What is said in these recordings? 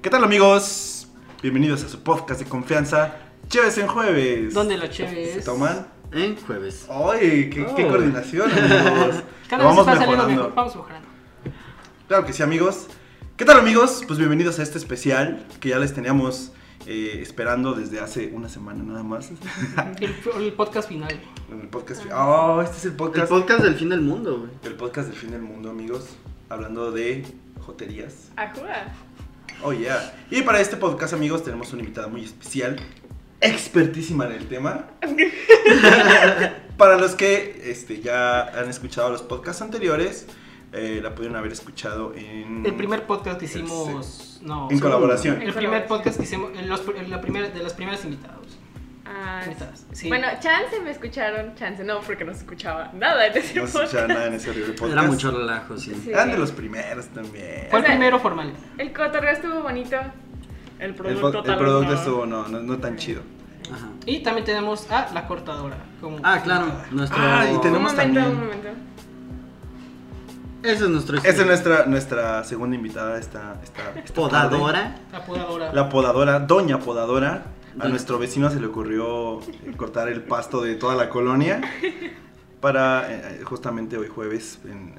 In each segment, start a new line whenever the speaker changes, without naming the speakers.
¿Qué tal amigos? Bienvenidos a su podcast de confianza, Chéves en Jueves.
¿Dónde la chévere
se
es?
toman?
En ¿Eh? jueves.
¡Ay, qué, qué
Oh.
coordinación amigos!
Cada
Lo
vez
vamos
está saliendo
mejorando.
mejor. Vamos mejorando.
Claro que sí, amigos. ¿Qué tal, amigos? Pues bienvenidos a este especial que ya les teníamos eh, esperando desde hace una semana nada más.
El, el podcast final.
En el podcast. Oh, este es el
El
podcast.
podcast del fin del mundo, güey.
El podcast del fin del mundo, amigos. Hablando de joterías.
Ajá.
Oh, yeah. Y para este podcast, amigos, tenemos una invitada muy especial, expertísima en el tema. para los que este, ya han escuchado los podcasts anteriores, eh, la pudieron haber escuchado en.
El primer podcast que hicimos.
Mm.
No.
Este, En colaboración.
El primer podcast que hicimos. en los- en la primera, de las primeras invitados.
Ah,
Invitadas, sí.
Bueno, chance me escucharon, chance no, porque no se escuchaba nada en ese
No se
podcast.
escuchaba nada en ese horrible podcast.
Era mucho relajo, sí.
Sí.
Eran de los primeros también.
Fue el
O sea,
primero formal.
El cotorreo estuvo bonito. El
El,
producto
po- el
tal vez
producto
no.
estuvo no, no, no tan chido.
Ajá.
Y también tenemos a la cortadora. como
Ah, claro.
invitada.
Nuestro...
Ah, y
Un
tenemos-
momento,
también.
un momento.
Ese es nuestro... este,
Esa es nuestra, nuestra segunda invitada, esta, esta, esta tarde.
Podadora.
La podadora.
La podadora, doña podadora. A
Doña.
nuestro vecino se le ocurrió eh, cortar el pasto de toda la colonia para eh, eh, justamente hoy jueves, en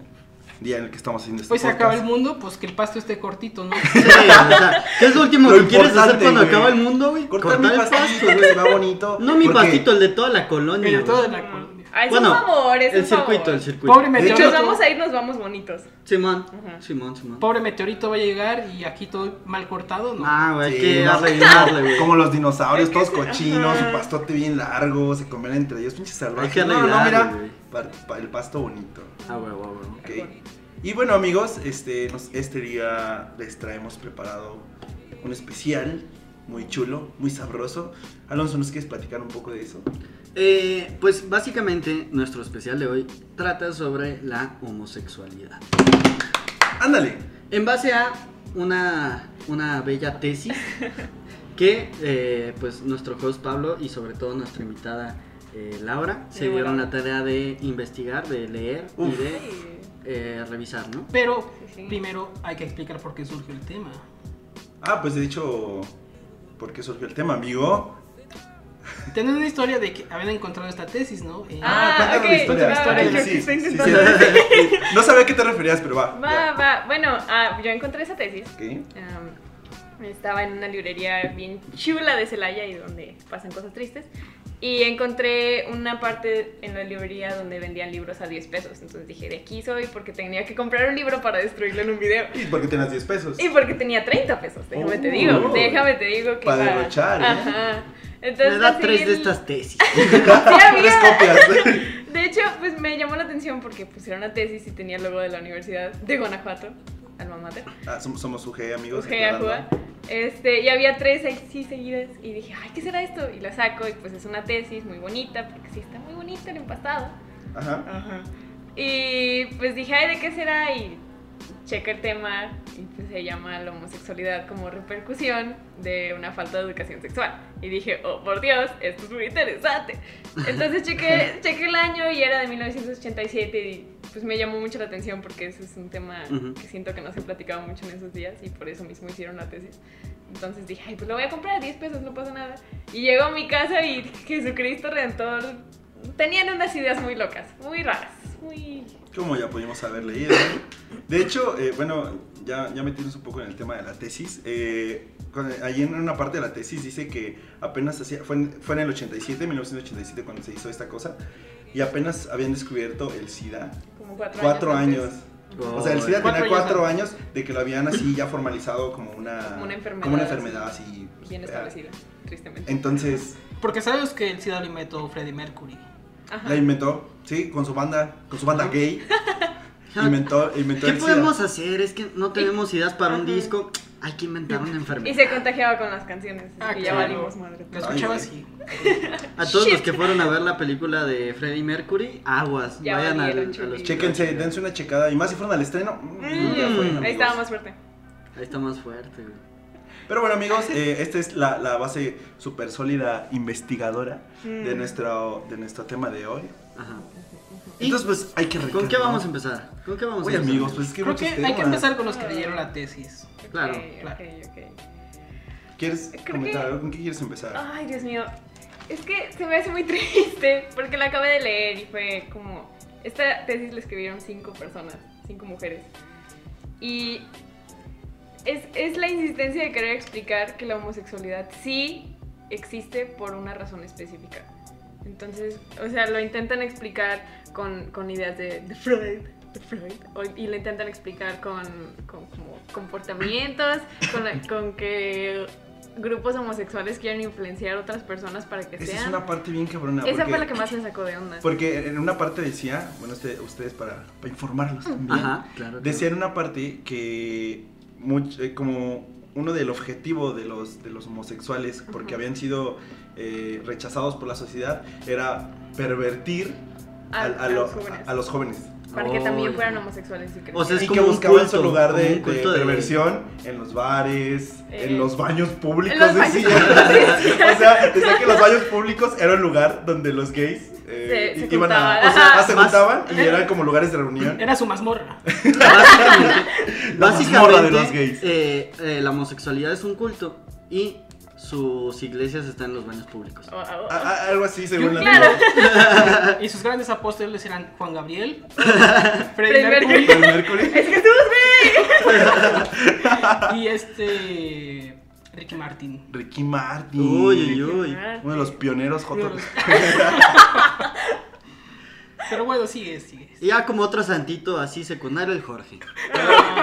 el día en el que estamos haciendo este
Pues se acaba el
podcast.
mundo, pues que el pasto esté cortito, ¿no?
Sí, o sea, ¿qué es lo último
Lo
que quieres hacer
importante,
cuando
güey.
acaba el mundo, güey?
Cortar mi pastito, güey, va bonito.
No mi
porque-
pastito, el de toda la colonia.
El de toda
güey.
la colonia.
Ah, es
Bueno,
un favor, es
el
un
circuito,
favor.
el circuito.
Pobre
De hecho-
Si nos
meteorito.
vamos a ir, nos vamos bonitos.
Simón,
Ajá.
Simón, Simón.
Pobre meteorito va a llegar y aquí todo mal cortado, ¿no?
Ah, güey, hay
Sí,
que
no,
arreglarle, güey.
Como los dinosaurios,
Es que
todos
se-
cochinos,
ajá.
su pastote bien largo, se comen entre ellos, pinches salvajes.
Hay que
no, no,
arreglarle,
mira,
güey.
par- pa- el pasto bonito.
Ah, güey, güey, güey.
¿ok? Y bueno, amigos, este, nos- este día les traemos preparado un especial muy chulo, muy sabroso. Alonso, ¿nos quieres platicar un poco de eso?
Eh, pues básicamente nuestro especial de hoy trata sobre la homosexualidad.
Ándale.
En base a una, una bella tesis que eh, pues nuestro host Pablo y sobre todo nuestra invitada eh, Laura se
Laura.
dieron la tarea de investigar, de leer
Uf.
y de eh, revisar, ¿no?
Pero
Sí, sí.
primero hay que explicar por qué surgió el tema.
Ah, pues de hecho, ¿por qué surgió el tema, amigo?
Tienen una historia de que habían encontrado esta tesis, ¿no? Eh,
cuéntanos
Ah,
la
ok,
historia.
claro,
Ándale,
yo
sí,
que estoy
sí, sí,
intentando.
sí. No sabía a qué te referías, pero va.
Va,
ya.
va. Bueno, ah, yo encontré esa tesis.
Ok.
Am, Em, estaba en una librería bien chula de Celaya y donde pasan cosas tristes. Y encontré una parte en la librería donde vendían libros a 10 pesos. Entonces dije, de aquí soy porque tenía que comprar un libro para destruirlo en un video.
¿Y por qué tenías 10 pesos?
Y porque tenía 30 pesos, déjame te
Oh.
digo. Déjame te digo que.
Pa'
va-
derrochar, ¿eh?
Ajá. Entonces,
Me da
conseguí
tres de
el-
estas tesis.
Sí,
Tres
había.
copias.
De hecho, pues me llamó la atención porque pusieron una tesis y tenía el logo de la Universidad de Guanajuato, alma mater.
Ah, somos, somos UG, amigos.
Busqué a
aclarando.
Cuba. Este, y había tres así seguidas y dije, ay, ¿qué será esto? Y la saco y pues es una tesis muy bonita, porque sí está muy bonita el empastado.
Ajá.
Y pues dije, ay, ¿de qué será? Y checa el tema y pues se llama la homosexualidad como repercusión de una falta de educación sexual. Y dije, oh, por Dios, esto es muy interesante. Entonces chequé, chequé el año y era de 1987 y pues me llamó mucho la atención porque ese es un tema
Ujú.
que siento que no se platicaba mucho en esos días y por eso mismo hicieron la tesis. Entonces dije, ay, pues lo voy a comprar a 10 pesos, no pasa nada. Y llego a mi casa y Jesucristo Redentor tenían unas ideas muy locas, muy raras, muy...
Como ya pudimos haber leído. De hecho, eh, bueno, ya, ya metiéndonos un poco en el tema de la tesis. eh, con- ahí en una parte de la tesis dice que apenas hacía, fue, en, fue en el 87, 1987, cuando se hizo esta cosa. Y apenas habían descubierto el SIDA.
Como cuatro,
Cuatro años.
antes.
O sea, el SIDA
Cuatro
tenía
años
cuatro años de que lo habían así ya formalizado como una,
Como una enfermedad.
como una enfermedad así. pues,
Bien
eh,
establecida, tristemente.
Entonces,
Porque sabes que el SIDA lo inventó Freddie Mercury.
Ajá.
la inventó, sí, con su banda, con su banda gay.
Ajá.
Inventó, inventó
¿Qué
el
podemos
SIDA.
hacer? Es que no tenemos ideas para un
Ajá.
disco. Hay que inventar una
Y
enfermedad.
se contagiaba con las canciones, así
Ah,
que ya
claro.
valimos madre.
Lo escuchaba
Ay,
así.
A todos los que fueron a ver la película de Freddie Mercury, aguas.
Ya
vayan al-
valieron,
a, los
chulis.
Chéquense, dense una checada. Y más si fueron al estreno. mm,
Mm,
ya fueron, amigos.
ahí estaba más fuerte.
Ahí está más fuerte, güey.
Pero bueno, amigos, eh, esta es la, la base súper sólida investigadora de,
Mm.
nuestro, de nuestro tema de hoy.
Ajá.
Entonces, pues hay que
¿Con qué
recalcar.
vamos a empezar? ¿Con qué vamos
Oye,
a empezar?
amigos, pues es que
Creo que
muchos
hay que
temas.
empezar con los que leyeron la tesis.
Claro,
Ok,
claro.
ok, ok.
¿Quieres
Creo
comentar
que- Ah,
algo? ¿Con qué quieres empezar?
Ay, Dios mío. Es que se me hace muy triste porque la acabé de leer y fue como... Esta tesis la escribieron cinco personas, cinco mujeres. Y es, es la insistencia de querer explicar que la homosexualidad sí existe por una razón específica. Entonces, o sea, lo intentan explicar con, con ideas de, de Freud. de Freud, o- y lo intentan explicar con, con como comportamientos, con, la- con que grupos homosexuales quieren influenciar a otras personas para que
Esa es
sean.
una parte bien cabrona.
Esa
porque-
fue la que más me sacó de onda.
Porque en una parte decía, bueno, este- ustedes para, para informarlos también,
Ajá, claro.
decía en una parte que much- eh, como uno del objetivo de los, de los homosexuales, porque
Ujú.
habían sido eh, rechazados por la sociedad, era pervertir a,
A-
a
a
lo-
los jóvenes.
a los jóvenes.
para que también
Oh,
fueran
ya.
homosexuales y
O sea, es
y que
crecieran.
como un
buscaban
culto,
su lugar
como
de,
un culto
de
de-
perversión en los bares,
Eh,
en los baños públicos.
en los baños
decía. o sea, decía que los baños públicos era el lugar donde los gays eh,
Se- se
iban a,
juntaban.
o sea, ah,
Ajá.
se
Más-
juntaban y eran como lugares de reunión.
Era su mazmorra.
Básicamente,
La mazmorra de
básicamente,
los gays.
eh, eh, la homosexualidad es un culto y sus iglesias están en los baños públicos.
O- o-
A- a- Ah, algo así, según la
Claro.
antigua.
Y sus grandes apóstoles eran Juan Gabriel,
Freddie
Freddie Mercury
Freddie Mercury.
¡Es Jesús!
y este Ricky Martin.
Ricky Martin.
Uy, uy, uy.
Uno de los pioneros
Uno de
jotos.
los- Pero bueno, sigue, sigue.
Y ya como otro santito así secundario, el Jorge.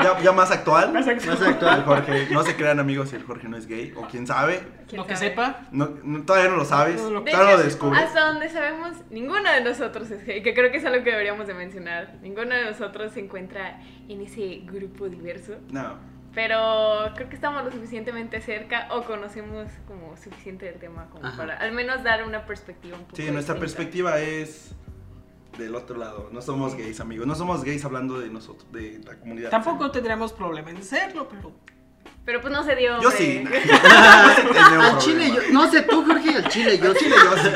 Ya, ya más actual.
Más actual.
Más
El
actual.
Jorge. No se crean amigos si el Jorge no es gay. O quién sabe.
¿Quién
Lo que
sabe?
sepa,
No, no- todavía no lo sabes.
No lo-
De
Todavía no lo
hecho,
descubres.
Hasta donde sabemos, ninguno de nosotros es gay, que creo que es algo que deberíamos de mencionar. Ninguno de nosotros se encuentra en ese grupo diverso,
No.
pero creo que estamos lo suficientemente cerca o conocemos como suficiente del tema como
Ajá.
para al menos dar una perspectiva un poco
Sí, nuestra
distinta.
perspectiva es del otro lado. No somos gays, amigos. No somos gays hablando de nosotros, de la comunidad.
tampoco tendríamos problema en serlo, pero
Pero pues no se dio.
Yo
hombre.
sí. Yo sí tenía un
Al chile
problema.
yo, no sé tú Jorge, al chile yo.
Al chile yo sí.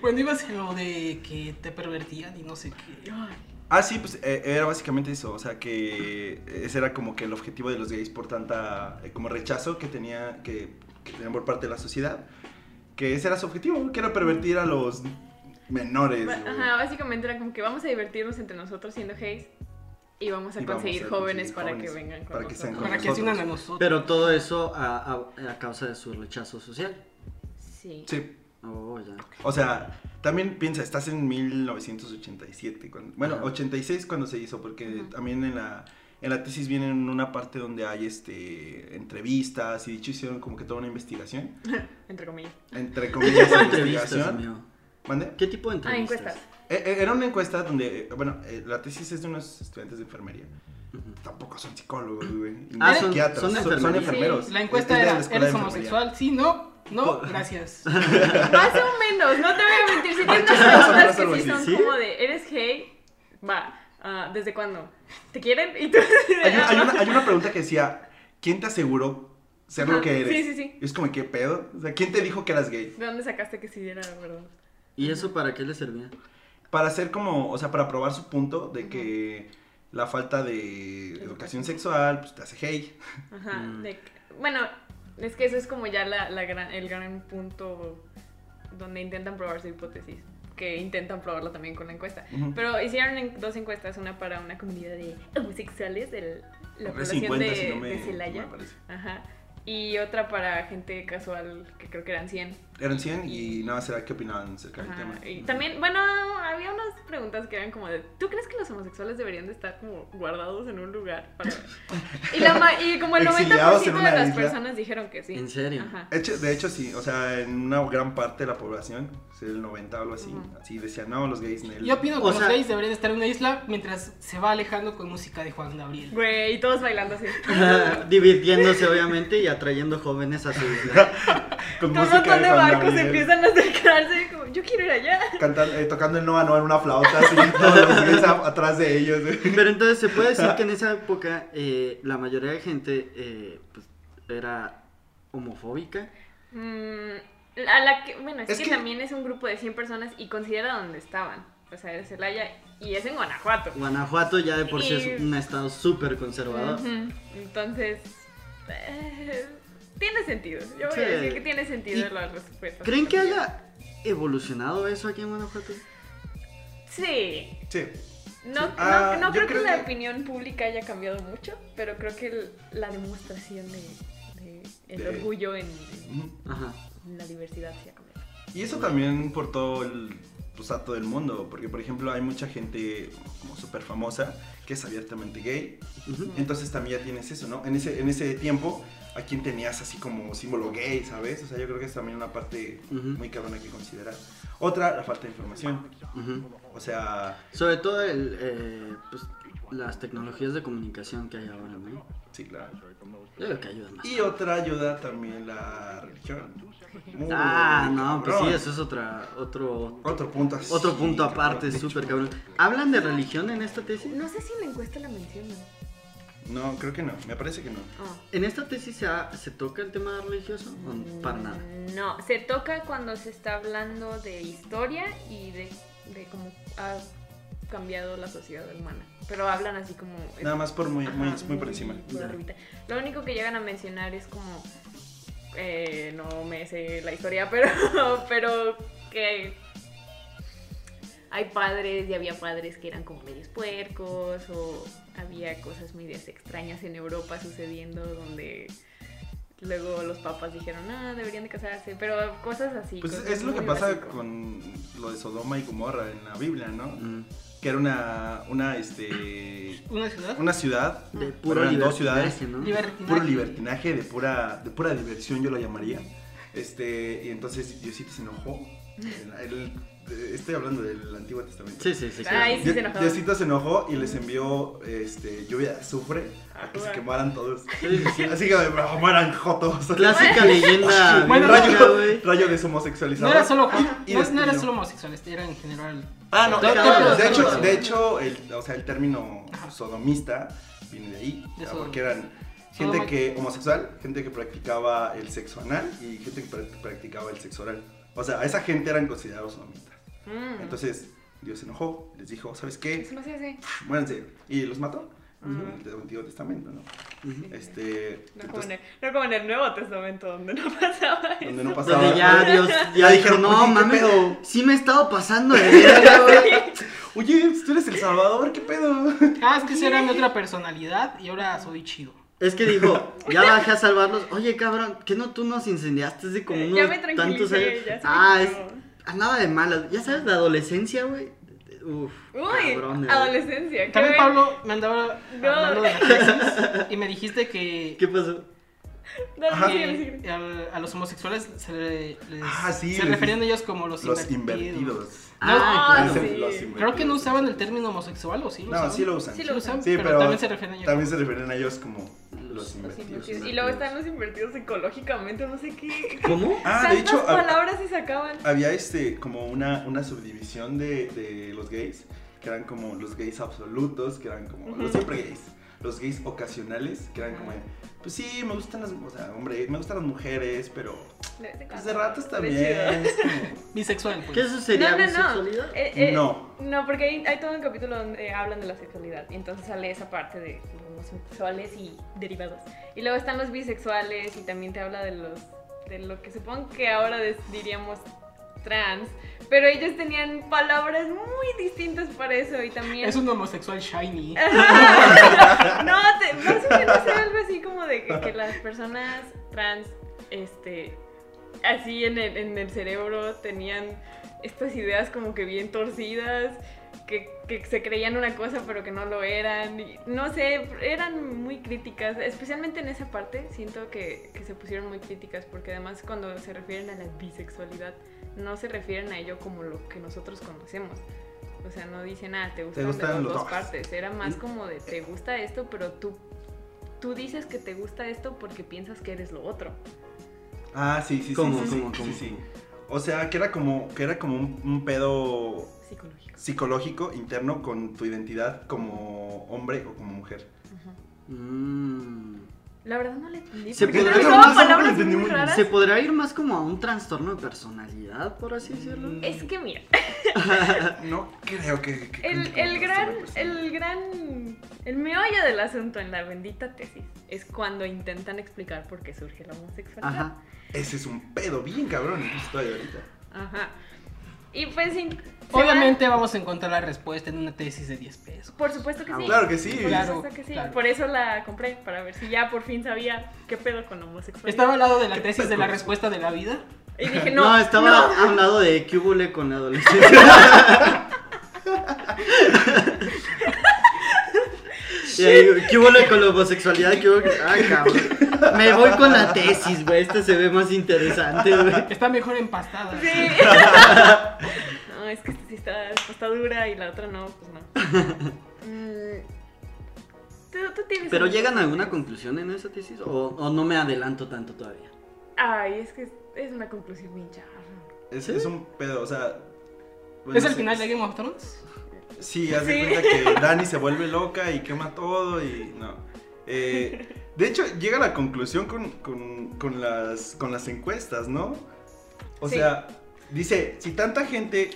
bueno, ibas en lo de que te pervertían y no sé qué.
Ah, sí, pues eh, era básicamente eso, o sea que ese era como que el objetivo de los gays por tanta, eh, como rechazo que tenía, que, que tenían por parte de la sociedad, que ese era su objetivo, que era pervertir a los menores. güey.
Ajá, básicamente era como que vamos a divertirnos entre nosotros siendo gays y vamos a
Y vamos a
conseguir
conseguir
jóvenes para
jóvenes
que vengan con
para que sean
nosotros.
con
Para que
nosotros.
se unan a nosotros.
Pero todo eso a, a- a causa de su rechazo social.
Sí.
Sí,
Oh, ya.
o sea, también piensa, estás en 1987, cuando- bueno,
Ajá.
86 cuando se hizo, porque
Ajá.
también en la, en la tesis viene en una parte donde hay este, entrevistas y de hecho hicieron como que toda una investigación,
Entre comillas.
entre
¿Qué
comillas
tipo de entrevistas,
investigación.
amigo?
¿Mande?
¿Qué tipo de
Ah,
entrevistas?
encuestas.
Eh, eh, Era una encuesta donde, eh, bueno, eh, la tesis es de unos estudiantes de enfermería.
Ujú.
Tampoco son psicólogos, güey. y
Ah,
ni
son-
psiquiatras,
son de enfermería.
enfermeros.
Pues, La encuesta
Es de la
era,
escuela de
¿eres
enfermería.
homosexual? Sí, no, no,
Por-
gracias.
Más o menos, no te voy a mentir. Si tienes
pues, Más o menos
preguntas que
algo
sí
así,
son
¿sí?
como de, ¿eres gay? Va, ah, ¿desde cuándo? ¿Te quieren? Y tú. "Ah,
Hay, un- hay una, hay una pregunta que decía, ¿quién te aseguró ser lo
Ajá,
que eres?
sí, sí, sí.
Y es como, ¿qué pedo? O sea, ¿quién te dijo que eras gay?
¿De dónde sacaste que sí era verdad?
¿Y eso para qué le servía?
Para hacer como, o sea, para probar su punto de que la falta de educación sexual, pues, te hace gay.
Ajá.
Mm.
de que- bueno, es que eso es como ya la, la gran, el gran punto donde intentan probar su hipótesis. Que intentan probarla también con la encuesta.
Ujú.
Pero hicieron en- dos encuestas, una para una comunidad de homosexuales, de la
Hombre,
población de,
si no me,
de
no
Celaya.
me parece.
Ajá. Y otra para gente casual, que creo que eran 100.
Eran 100 y nada, será que opinaban acerca del
Ajá,
tema.
Y también, bueno, había unas preguntas que eran como de, ¿tú crees que los homosexuales deberían de estar como guardados en un lugar? para-" Y, la ma- y como el 90%
Exiliados en
de
una
las
isla.
personas dijeron que sí.
¿En serio?
Ajá.
Hecho- de hecho, sí, o sea, en una gran parte de la población, o sea, el 90 o algo así,
Ujú.
así decían, no, los gays, nel".
Yo opino que
O
los
sea-
gays deberían estar en una isla mientras se va alejando con música de Juan Gabriel.
Güey, y todos bailando así.
Divirtiéndose obviamente y atrayendo jóvenes a su isla.
con
Con un
música
montón de
Juan
barcos
Gabriel,
empiezan a acercarse, como, yo quiero ir allá.
cantan- eh, tocando el Noa Noa en una flauta, así, todos los gays a- atrás de ellos. güey.
Pero entonces se puede decir que en esa época eh, la mayoría de gente eh, pues, era homofóbica.
Mm, A la que, bueno, es,
Es
que,
que-
también es un grupo de 100 personas y considera dónde estaban. O sea, es Celaya y es en Guanajuato.
Guanajuato ya de por sí es
Y-
un estado súper conservador.
Ujú. Entonces, eh, tiene sentido. Yo voy
Sí.
a decir que tiene sentido
Y-
las respuestas.
¿Creen que haya evolucionado eso aquí en Guanajuato?
Sí.
Sí.
No,
Sí. Ah,
no, no
yo
creo,
creo
que la
que-
opinión pública haya cambiado mucho, pero creo que el- la demostración de, de el
De-
orgullo en,
Ujú.
Ajá.
en la diversidad sí ha cambiado.
Y eso también por todo el, pues, a todo el mundo, porque por ejemplo hay mucha gente como súper famosa que es abiertamente gay,
Ujú.
entonces también ya tienes eso, ¿no? En ese, en ese tiempo, ¿a quién tenías así como símbolo gay, sabes? O sea, yo creo que es también una parte
Ujú.
muy cabrona que considerar. Otra, la falta de información,
Ujú.
o sea,
Sobre todo el, eh, pues, las tecnologías de comunicación que hay ahora, ¿no?
sí, claro.
Yo creo que ayudan más.
Y otra ayuda también la religión. Muy
Ah, no, pues sí,
cabrón.
eso es otra, otro,
Otro punto así,
otro punto
cabrón.
aparte, súper cabrón. ¿Hablan de religión en esta tesis?
No sé si la encuesta la menciona.
No, creo que no, me parece que no.
Oh.
¿En esta tesis se, ha- se toca el tema religioso o no? para nada?
No, se toca cuando se está hablando de historia y de, de cómo ha cambiado la sociedad humana. Pero hablan así como...
Nada más por muy, muy,
Ajá,
muy por encima.
por
Ya.
arribita. Lo único que llegan a mencionar es como... eh, no me sé la historia, pero, pero que hay padres y había padres que eran como medios puercos o había cosas medias extrañas en Europa sucediendo donde luego los papas dijeron, ah, deberían de casarse, pero cosas así.
Pues
cosas
es lo
muy
que pasa
básicas.
con lo de Sodoma y Gomorra en la Biblia, ¿no?
Mm.
Que era una, una, este,
Una ciudad.
una ciudad,
De
pero
puro
eran dos
libertinaje,
ciudades,
¿no?
Libertinaje.
puro libertinaje, de pura, de pura diversión yo lo llamaría. Este, y entonces Diosito se enojó. El- el- estoy hablando del Antiguo Testamento.
Sí, sí, sí. claro.
Ay, sí
Dio-
se enojó.
Diosito se enojó y les envió este, lluvia de azufre a que se
Ajá.
quemaran todos.
Sí, sí, sí.
Así que me mueran jotos.
Clásica leyenda
Bueno,
bíblica,
rayo,
güey.
rayo deshomosexualizado.
No era solo,
Y- este, y
no, no era
destruyó.
solo homosexuales, era en general.
Ah, no,
No,
eh,
no, no,
de,
no,
hecho,
no.
de hecho, el, o sea, el término sodomista viene de ahí,
De
o sea,
Sodoma.
porque eran gente
Sodoma.
que homosexual, gente que practicaba el sexo anal y gente que pra- practicaba el sexo oral. O sea, a esa gente eran considerados sodomitas.
Mm.
Entonces, Dios se enojó, les dijo, ¿sabes qué?
Eso no se hace.
Muéranse. Y los mató.
Ujú.
En el Antiguo Testamento, ¿no?
Ujú.
Este.
No como,
entonces,
en el, no como en el Nuevo Testamento, donde no pasaba eso.
donde no pasaba.
Donde ya Dios, ya
Ya
dijeron,
dijeron,
no
"Oye, ¿qué
mames,
pedo?"
sí me he estado pasando de verga, güey".
Oye, tú eres el Salvador, ¿qué pedo?
Ah, es que ese era mi otra personalidad y ahora soy chido.
Es que dijo, ya bajé a salvarlos. Oye, cabrón, ¿qué no tú nos incendiaste hace como
Ya
unos
me tranquilicé,
tantos años?
ya se
ah,
me
es,
quitó.
andaba de malas. Ya sabes, la adolescencia, güey. Uf,
Uy,
cabrón, güey.
adolescencia. qué
También
ver-
Pablo me andaba
No.
hablando de la tesis y me dijiste que,
¿Qué pasó?
No,
Ajá.
sí, sí,
que
sí.
al- a los homosexuales se, le- les-
Ah, sí,
se
les-
referían ellos como los,
Los invertidos.
Ah,
Ah,
claro.
sí.
Los
Creo que no
invertidos.
usaban el término homosexual, ¿o sí?
No, sí lo usan.
Sí
Sí
lo
lo
usan,
usan,
Sí,
pero, también se refieren a ellos.
También se refieren a ellos como los
Los
Los
invertidos.
invertidos. Y luego están los invertidos psicológicamente, no sé qué.
¿Cómo?
Ah,
Tantas
de hecho, hab-
palabras se sacaban.
había este, como una, una subdivisión de, de los gays, que eran como los gays absolutos, que eran como
Ujú.
los siempre gays. Los gays ocasionales, que eran
Ajá.
como, de, pues sí, me gustan las, o sea, hombre, me gustan las mujeres, pero
De vez en
pues
cuando.
de ratos
Está
también.
Ah, chido.
es como-
Bisexual, pues.
¿Qué eso sería
No, no, no.
bisexualidad?
Eh, eh,
No.
No, porque hay, hay todo un capítulo donde hablan de la sexualidad. Y entonces sale esa parte de los homosexuales y derivados. Y luego están los bisexuales y también te habla de los de lo que supongo que ahora des- diríamos trans. Pero ellos tenían palabras muy distintas para eso y también...
Es un homosexual shiny.
Eh, No, te, más o menos era algo así como de que, que las personas trans, este, así en el, en el cerebro tenían estas ideas como que bien torcidas, que, que se creían una cosa pero que no lo eran. y no sé, eran muy críticas, especialmente en esa parte, siento que, que se pusieron muy críticas porque además cuando se refieren a la bisexualidad, no se refieren a ello como lo que nosotros conocemos. O sea, no dicen, ah, te gustan,
gustan
de las
los
dos
dos".
partes. Era más como de, te gusta esto, pero tú, tú dices que te gusta esto porque piensas que eres lo otro.
Ah, sí, sí, sí,
¿Cómo,
sí, sí,
cómo,
sí,
cómo,
sí.
cómo?
O sea, que era como, que era como un- un pedo
Psicológico.
psicológico interno con tu identidad como hombre o como mujer.
Ajá.
Mm.
La verdad no le entendí.
Se
porque
podrá
luego
ir más,
no le
palabras
entendí
muy
muy bien.
raras.
¿Se podrá ir más como a un trastorno de personalidad, por así decirlo?
Es que mira,
No creo que. que
el,
cuente
el
como
gran,
trastorno de
el gran, el meollo del asunto en la bendita tesis es cuando intentan explicar por qué surge la homosexualidad.
Ajá.
personalidad. Ese es un pedo bien cabrón en estoy ahorita.
Ajá. Y pues sin- se
Obviamente vamos a encontrar la respuesta en una tesis de 10 pesos.
van- por supuesto que sí.
Ah, Claro que sí.
Por
Claro.
supuesto que sí.
claro.
Por eso la compré, para ver si ya por fin sabía qué pedo con la homosexualidad.
Estaba al lado de la
Qué
tesis de la
pecos.
respuesta de la vida.
Y dije,
No,
no,
estaba
no.
a un lado de qué hubole con la adolescencia. Y ahí, ¿Qué hubole con la homosexualidad? ¿Qué hubole? Ah, cabrón. Me voy con la tesis, güey. Esta se ve más interesante, güey.
Está mejor empastada.
Sí. no, es que esta sí está, esta está dura y la otra no, pues no. Mm, tú, tú tienes
¿Pero
un-
llegan a alguna conclusión en esa tesis? ¿O, o no me adelanto tanto todavía?
Ay, es que es- es una conclusión bien charra.
Es,
¿Sí?
es un pedo, o sea. bueno,
¿Es el
sí.
final de Game of Thrones?
Sí, haz de
Sí.
cuenta que Dani se vuelve loca y quema todo y no. Eh, de hecho, llega a la conclusión con, con- con las, con las encuestas, ¿no? O
Sí.
sea, dice, si tanta gente,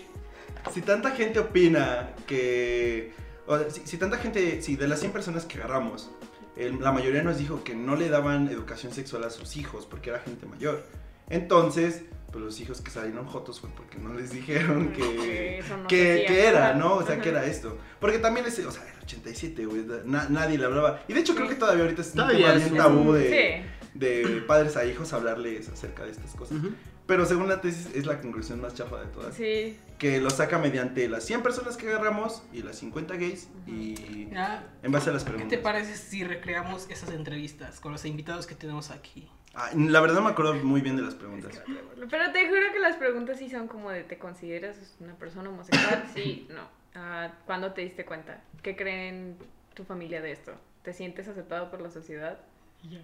si tanta gente opina que, o sea, si, si tanta gente, si de las 100 personas que agarramos, el- la mayoría nos dijo que no le daban educación sexual a sus hijos porque era gente mayor. Entonces, pues los hijos que salieron jotos fue porque no les dijeron que
Porque eso no se
que,
hacía.
que era, ¿no? O sea,
Ajá.
que era esto. Porque también ese, o sea, el 87, güey, na- nadie le hablaba. Y de hecho creo que todavía ahorita es un
Todavía
tema
es
bien
un-
tabú de,
Sí.
de padres a hijos hablarles acerca de estas cosas.
Ujú.
Pero según la tesis es la conclusión más chafa de todas.
Sí.
Que lo saca mediante las 100 personas que agarramos y las 50 gays y
Mira,
en base a las
¿qué te
preguntas.
parece si recreamos esas entrevistas con los invitados que tenemos aquí?
Ah, la verdad no me acuerdo muy bien de las preguntas.
Pero te juro que las preguntas sí son como de ¿te consideras una persona homosexual? Sí, no. Ah, ¿Cuándo te diste cuenta? ¿Qué creen tu familia de esto? ¿Te sientes aceptado por la sociedad?
Y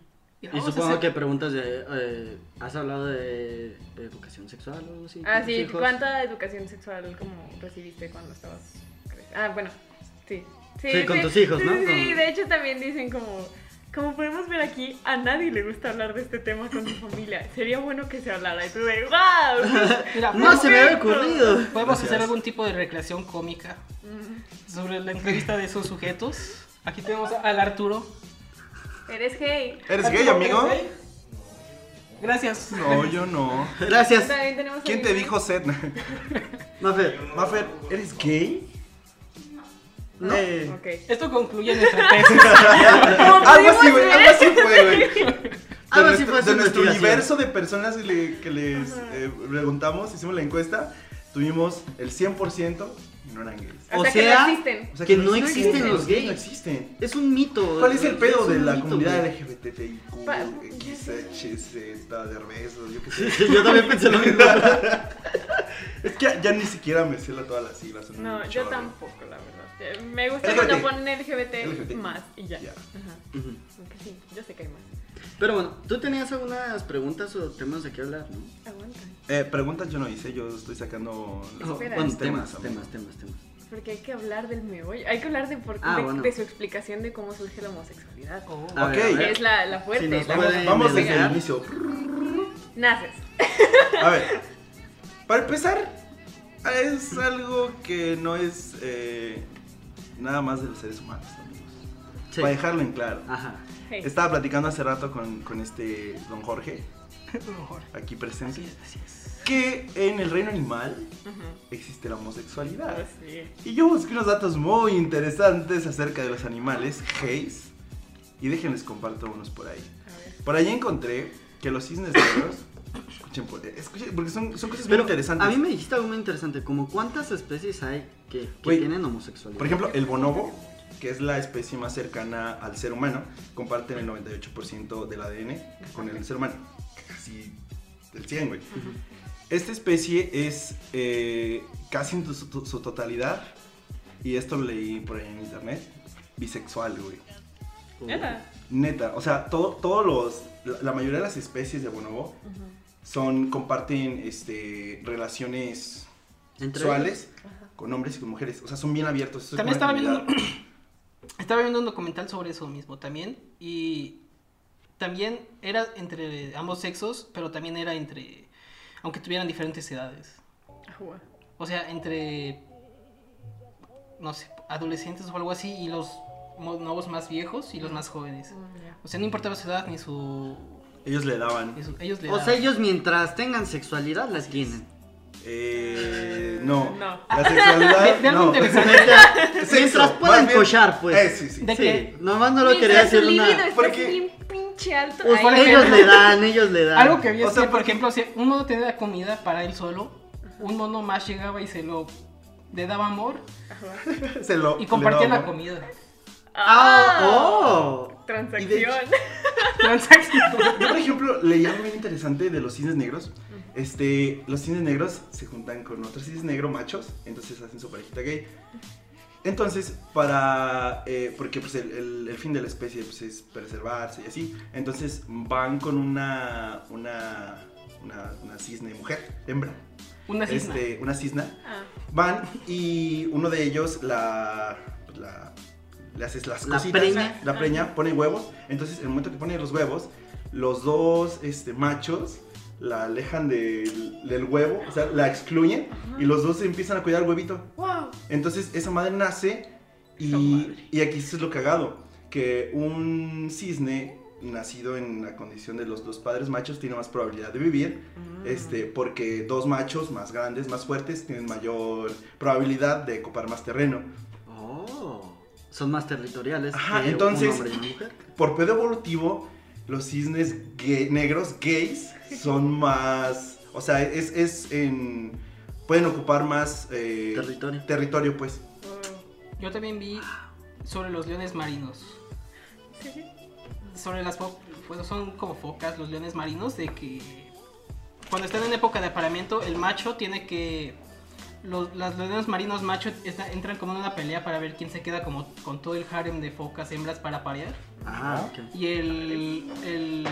Y
vamos a
supongo
hacer-
que preguntas de. eh, ¿Has hablado de educación sexual o algo así?
Ah,
con tus
sí,
hijos?
¿cuánta educación sexual como recibiste cuando estabas creciendo? Ah, bueno, sí.
Sí, con tus hijos,
sí,
¿no?
Sí,
Con-
de hecho también dicen como, como podemos ver aquí, a nadie le gusta hablar de este tema con su familia. Sería bueno que se hablara. Y tú de, ¡wow!
Mira,
No se me había
Perfecto.
ocurrido.
podemos hacer
Gracias.
algún tipo de recreación cómica
Mm,
sobre la entrevista de esos sujetos. Aquí tenemos al Arturo.
Eres gay.
¿Eres gay, amigo?
¿Eres gay? Gracias.
No, yo no.
Gracias,
También tenemos a
¿Quién te
Miguel.
dijo Seth?
Mafer.
Maffer, ¿eres gay?
No.
Eh.
Ok.
Esto concluye nuestra tesis.
Como
Algo así,
pudimos
güey,
ver,
algo así fue, güey. De
Algo así
nuestro-
fue su
De nuestro
investigación.
universo de personas que, le- que les
Ajá.
eh, preguntamos, hicimos la encuesta, tuvimos el 100% y no eran gays.
Hasta
O
que
sea,
no existen.
O sea,
Ah, Que no existen los gays.
No existen.
Es un mito.
¿Cuál es el pedo
Es
de
un
la
mito,
comunidad
güey.
LGBTIQ,
Pa-
XHZ, de Herbeso, yo qué sé?
Yo también pensé lo mismo.
Es que ya ni siquiera me sé la- todas las siglas. son
No,
un
yo
chorro.
tampoco, la verdad. Eh, Me gusta
LGBT.
cuando ponen LGBT,
LGBT.
más y ya.
Ya.
Ajá.
Ujú.
Aunque sí, yo sé que hay más.
Pero bueno, tú tenías algunas preguntas o temas de qué hablar, ¿no?
Aguanta.
Eh, preguntas yo no hice, yo estoy sacando los-
Oh,
Espera.
bueno,
los
temas,
amigo.
temas, temas, temas.
Porque hay que hablar del meollo. Hay que hablar de, por,
Ah,
de,
bueno.
de su explicación de cómo surge la homosexualidad.
Oh.
A ver, a
Ok.
Que
ver.
es la, la fuerte.
Si nos
la-
pueden
Vamos desde
Venga.
el inicio.
Naces.
A ver, para empezar, es algo que no es eh, nada más de los seres humanos, amigos.
Sí. Ah,
Para dejarlo en claro.
Ajá.
Hey.
Estaba platicando hace rato con, con este don Jorge,
Mejor.
aquí presente,
Así es, así es.
que en el reino animal
Ujú. Pues
existe la homosexualidad.
Así.
Y yo busqué unos datos muy interesantes acerca de los animales, gays, y déjenles comparto unos por ahí.
A ver.
Por ahí encontré que los cisnes negros, escuchen, por- escuchen, porque son, son cosas muy
Pero
interesantes.
a mí me dijiste algo muy interesante, como cuántas especies hay que, que
Güey,
tienen homosexualidad.
Por ejemplo, el bonobo, que es la especie más cercana al ser humano, comparten el 98% del ADN con el ser humano. Casi el 100, güey. Esta especie es eh, casi en su, su totalidad, y esto lo leí por ahí en internet, bisexual, güey.
O-
Nada.
Neta, o sea, todo, todos los, la, la mayoría de las especies de bonobo
Ujú.
son, comparten este, relaciones
entre-
sexuales con hombres y con mujeres. O sea, son bien abiertos. Eso es
También
una
estaba viendo,
habilidad.
estaba viendo un documental sobre eso mismo también. Y también era entre ambos sexos, pero también era entre, aunque tuvieran diferentes edades.
Ajua.
O sea, entre, no sé, adolescentes o algo así, y los mo- nuevos más viejos y los más jóvenes. O sea, no importaba su edad ni su...
Ellos le daban.
ni su- ellos le
O
daban.
sea, ellos mientras tengan sexualidad las tienen.
Eh, no.
No.
La sexualidad.
Ve- ve algo
no.
interesante.
Sexo,
Mientras
más
puedan
bien.
cochar, pues.
Eh, sí, sí.
De-
Sí,
qué?
nomás no lo quería hacer
su
una...
libido está
Porque-
bien pinche alto.
O
Ay,
por
Ellos
ejemplo-
le dan, ellos le dan.
Algo que había
O sea,
sido, por
porque-
ejemplo, si un mono tenía comida para él solo, un mono más llegaba y se lo le daba amor
Se lo,
y
le
compartía
daba,
la
¿no?
comida.
Ah,
Ah,
oh.
Transacción.
Transacción.
Yo, por ejemplo, leí algo bien interesante de los cisnes negros. Este, los cisnes negros se juntan con otros cisnes negro machos, entonces hacen su parejita gay. Entonces, para. eh, porque pues, el, el- el fin de la especie pues, es preservarse y así. Entonces van con una. Una. Una, una cisne mujer, hembra.
Una cisna.
Este, una cisna.
Ah,
Van y uno de ellos la. pues la le haces las
La
cositas. ¿eh?
preña.
La preña, pone huevos. Entonces, en el momento que pone los huevos, los dos este, machos la alejan del, del huevo, o sea, la excluyen y los dos empiezan a cuidar el huevito.
wow.
Entonces, esa madre nace y,
Esa madre.
y aquí esto es lo cagado: que un cisne nacido en la condición de los dos padres machos tiene más probabilidad de vivir
Mm.
este, porque dos machos más grandes, más fuertes, tienen mayor probabilidad de ocupar más terreno.
Oh. Son más territoriales.
Ajá,
que
entonces-
Un hombre y una mujer.
Por pedo evolutivo, los cisnes gay- negros gays son más. O sea, es, es en. Pueden ocupar más. eh,
Territorio.
territorio, pues.
Yo también vi sobre los leones marinos. Sobre las fo- bueno, son como focas, los leones marinos, de que cuando están en época de apareamiento, el macho tiene que. Los, las leones marinos machos está- entran como en una pelea para ver quién se queda como con todo el harem de focas hembras para parear.
Ah, ok.
Y el, el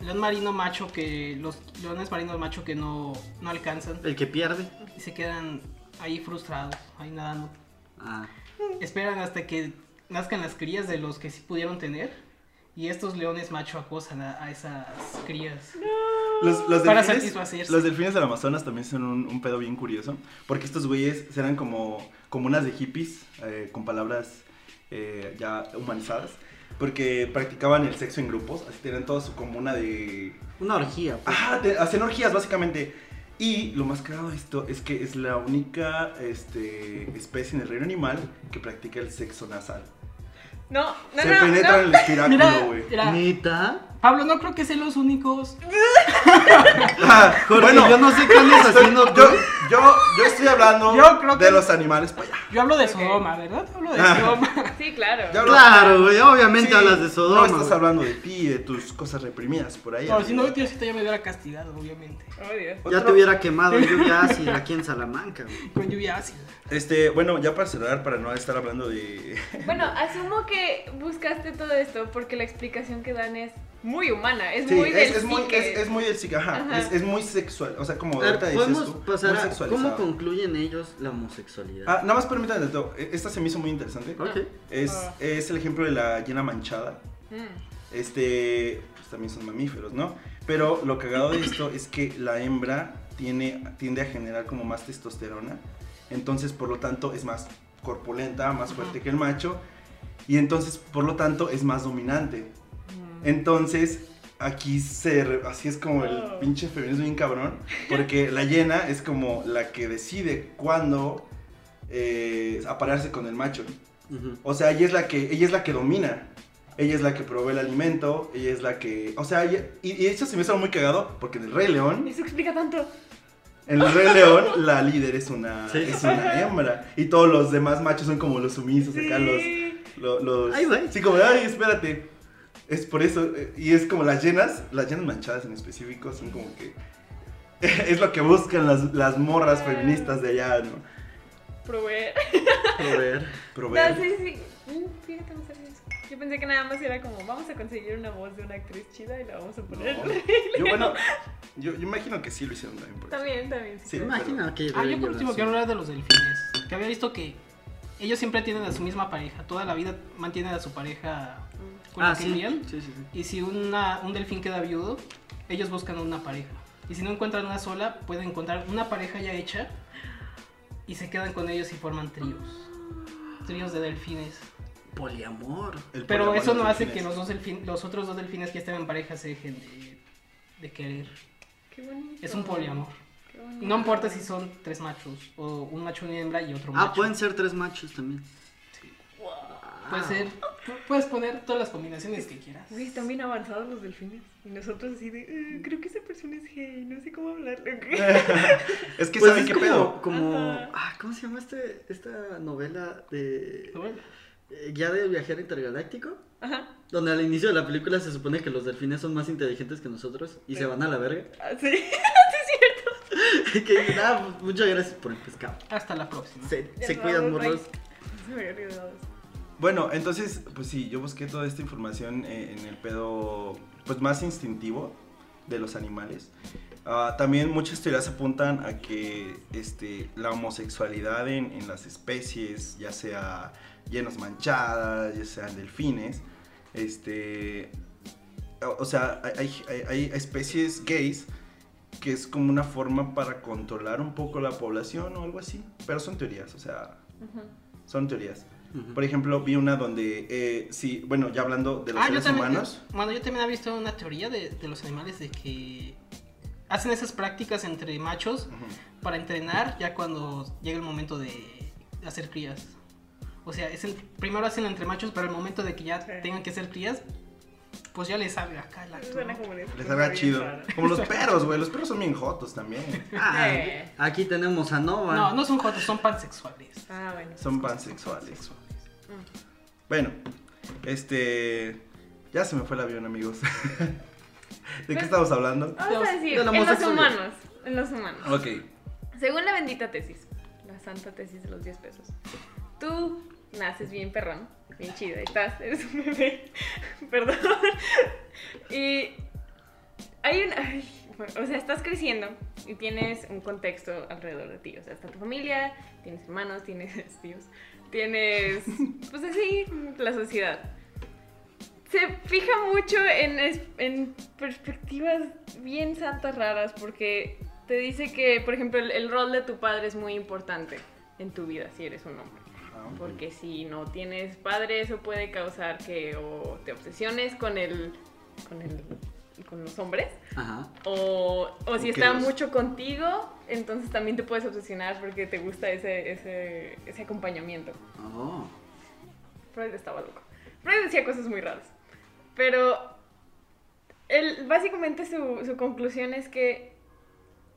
león marino macho que. Los leones marinos macho que no, no alcanzan
El que pierde.
y se quedan ahí frustrados, ahí nadando
Ah.
esperan hasta que nazcan las crías de los que sí pudieron tener. Y estos leones macho acosan a, a esas crías.
Los, los
Para
delfines,
satisfacerse.
los delfines del Amazonas también son un, un pedo bien curioso. Porque estos güeyes eran como, como unas de hippies eh, con palabras eh, ya humanizadas. Porque practicaban el sexo en grupos. Así tenían toda su comuna de,
Una orgía. pues.
Ajá, te- hacen orgías básicamente. Y lo más cagado de esto es que es la única este, especie en el reino animal que practica el sexo nasal.
No, no,
Se
no.
penetra
no.
en el espiráculo,
Mira,
güey.
mira,
Neta.
Pablo, no creo que sean los únicos.
Ah,
Jorge,
bueno,
yo no sé qué andas
estoy-
haciendo. tú.
yo, yo, yo estoy hablando
Yo creo
de
que-
los animales pues, para allá.
Yo hablo de
Ok.
Sodoma, ¿verdad? Hablo de
Ah.
Sodoma.
Sí, claro.
Ya hablo-
Claro, güey. Obviamente
Sí,
hablas de Sodoma.
No estás
güey.
hablando de ti, de tus cosas reprimidas por ahí.
No, si no,
amigo.
Diosito ya me hubiera castigado, obviamente.
Oh, Dios.
Ya
Otro-
te hubiera quemado en lluvia ácida aquí en Salamanca. güey.
Con lluvia ácida.
Este, bueno, ya para cerrar, para no estar hablando de.
Bueno, asumo que buscaste todo esto porque la explicación que dan es muy humana, es
Sí,
muy del
es, es muy,
psique.
es, es muy del psique, ajá,
Ajá.
Es, es muy sexual. O sea, como
A ver,
ahorita dices
podemos
tú, muy
pasar a cómo
sexualizado.
concluyen ellos la homosexualidad.
Ah, nada más permítanme tanto. e- Esta se me hizo muy interesante.
ok.
Es,
Ah.
es el ejemplo de la llena manchada.
Mm.
Este, pues también son mamíferos, ¿no? Pero lo cagado de esto es que la hembra tiene, tiende a generar como más testosterona. Entonces, por lo tanto, es más corpulenta, más fuerte que el macho. Y entonces, por lo tanto, es más dominante. Entonces, aquí se re- así es como el
Oh.
pinche feminismo bien cabrón, porque la llena es como la que decide cuándo eh, aparearse con el macho.
Ujú.
O sea, ella es la que ella es la que domina. Ella es la que provee el alimento, ella es la que, o sea, ella- y, y eso se me hizo muy cagado porque en el Rey León,
Mm. Eso explica tanto.
en el Rey León la líder es una
Sí.
es una hembra y todos los demás machos son como los sumisos, acá los
Sí.
lo- los...
Ay, güey.
Sí, como, ay, espérate. Es por eso. eh, Y es como las llenas, las llenas manchadas en específico, son como que... Es lo que buscan las, las morras feministas de allá, ¿no?
Proveer.
A ver.
Proveer.
No, sí, sí. Mm, Fíjate, no sabía eso. Yo pensé que nada más era como, vamos a conseguir una voz de una actriz chida y la vamos a poner.
No. Yo, bueno, yo, yo imagino que sí lo hicieron también por eso.
También, también.
Sí.
creo.
Imagina que.
Ah, yo
deben
por último
llevar
quiero hablar de los delfines. Que había visto que ellos siempre tienen a su misma pareja. Toda la vida mantienen a su pareja
Mm.
con
Ah,
la que
sí.
envían.
Sí, sí, sí.
Y si una- un delfín queda viudo, ellos buscan una pareja. Y si no encuentran una sola, pueden encontrar una pareja ya hecha y se quedan con ellos y forman tríos. Tríos de delfines.
Poliamor.
El
Pero
poliamor
eso no
de
hace
delfines.
que los, dos delfín- los otros dos delfines que están en pareja se dejen de, de querer.
Qué bonito.
Es un poliamor.
Qué bonito.
No importa si son tres machos, o un macho, una hembra y otro
Ah,
macho.
pueden ser tres machos también.
Puede ser,
Ah.
pu- puedes poner todas las combinaciones que quieras.
Güey, están bien avanzados los delfines. Y nosotros así de, "Eh, creo que esa persona es gay, no sé cómo hablarle.
Es que
Pues
saben
es
qué
como,
pedo.
como-
Ajá.
ah, ¿cómo se llama este, esta novela de
Bueno,
eh, Guía del Viajero Intergaláctico?
Ajá.
Donde al inicio de la película se supone que los delfines son más inteligentes que nosotros y se
Sí.
van a la verga.
Ah, sí. sí, es cierto.
que dicen, ah, pues, muchas gracias por el pescado.
Hasta la próxima.
Se,
Ya
se
nos
cuidan
vamos, bye.
morros.
Se me había olvidado eso.
Bueno, entonces, pues sí, yo busqué toda esta información eh, en el pedo pues más instintivo de los animales. Ah, también muchas teorías apuntan a que este, la homosexualidad en, en las especies, ya sea llenas manchadas, ya sean delfines, este, o, o sea, hay, hay- hay especies gays que es como una forma para controlar un poco la población o algo así, pero son teorías, o sea,
Ujú.
son teorías.
Ujú.
Por ejemplo, vi una donde, eh, sí, bueno, ya hablando de los
Ah, yo
seres
también.
humanos.
Bueno, yo también he visto una teoría de, de los animales de que hacen esas prácticas entre machos
Ujú.
para entrenar ya cuando llega el momento de hacer crías. O sea, es el primero hacen entre machos, pero el momento de que ya
Sí.
tengan que hacer crías, pues ya les sale acá el acto.
Suena
¿no?
como
Les haga chido. Como los perros, güey. Los perros son bien jotos también.
Ah,
Eh.
aquí tenemos a Nova.
No, no son jotos, son pansexuales.
Ah, bueno.
Son pansexuales.
Mm.
Bueno, este. Ya se me fue el avión, amigos. ¿De qué
Ven.
estamos hablando?
Vamos a
De
decir,
la
en los
homosexualidad.
humanos. En los humanos.
Ok.
Según la bendita tesis, la santa tesis de los 10 pesos, tú naces bien perrón, bien chido, ahí estás, eres un bebé, perdón. Y hay un... ay, bueno, o sea, estás creciendo y tienes un contexto alrededor de ti, o sea, está tu familia, tienes hermanos, tienes tíos, tienes, pues así, la sociedad. Se fija mucho en, es- en perspectivas bien santas raras porque te dice que, por ejemplo, el, el rol de tu padre es muy importante en tu vida si eres un hombre. Porque si no tienes padre, eso puede causar que o te obsesiones con el, con el- con los hombres
Ajá.
o, o si
O
está
quedas.
mucho contigo, entonces también te puedes obsesionar porque te gusta ese, ese, ese acompañamiento.
Oh.
Freud estaba loco. Freud decía cosas muy raras. Pero él, básicamente su, su conclusión es que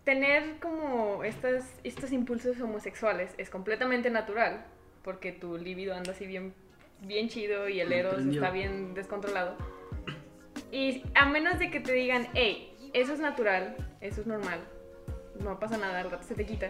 tener como estas, estos impulsos homosexuales es completamente natural, porque tu libido anda así bien, bien chido y el
Me
eros
prendió.
está bien descontrolado. Y a menos de que te digan, hey, eso es natural, eso es normal, no pasa nada, al rato se te quita,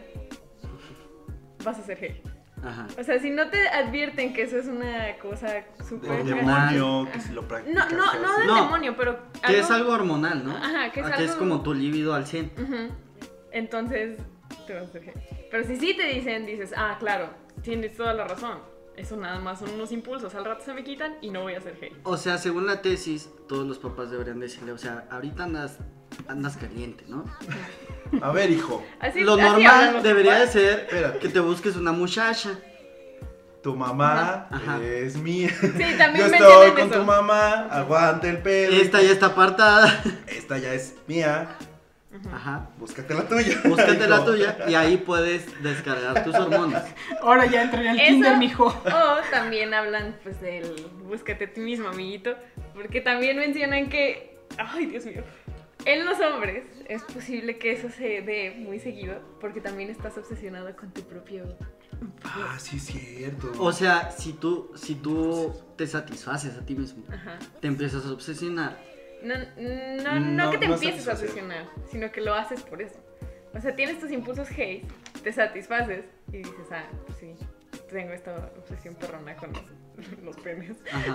vas a ser gay.
Ajá.
O sea, si no te advierten que eso es una cosa súper...
Del
Porque-
demonio, que si lo
Pues, No,
practicas.
no,
se
no
hace.
del
No.
demonio, pero...
Que es algo hormonal, ¿no?
Ajá, que es
Ah,
algo-
como tu libido al 100.
Ujú. Entonces, te vas a hacer gay. Pero si sí te dicen, dices, ah, claro, tienes toda la razón. Eso nada más son unos impulsos, al rato se me quitan y no voy a ser gay.
O sea, según la tesis, todos los papás deberían decirle, o sea, ahorita andas, andas caliente, ¿no?
A ver, hijo.
Así,
Lo
así hablan
normal
los
debería de
papás.
ser
Espérate.
que te busques una muchacha.
Tu mamá
Ajá.
es mía.
Sí, también
Yo
me
estoy
entienden
con
eso.
tu mamá. Aguanta el pedo.
Esta ya está apartada.
Esta ya es mía.
Ajá.
Búscate la tuya.
Búscate la
hijo.
tuya y ahí puedes descargar tus hormonas.
Ahora ya entré al
Eso-
kinder, mijo.
O también hablan, pues, del búscate a ti mismo, amiguito. Porque también mencionan que. Ay, Dios mío. En los hombres es posible que eso se dé muy seguido. Porque también estás obsesionado con tu propio.
Ah, sí, es cierto.
O sea, si tú, si tú te satisfaces a ti mismo,
Ajá.
te empiezas a obsesionar.
No, no, no,
No,
que te
no
empieces a
satisfacer.
obsesionar, sino que lo haces por eso. O sea, tienes tus impulsos hate, te satisfaces y dices, ah, pues sí, tengo esta obsesión perrona con los, los penes.
Ajá.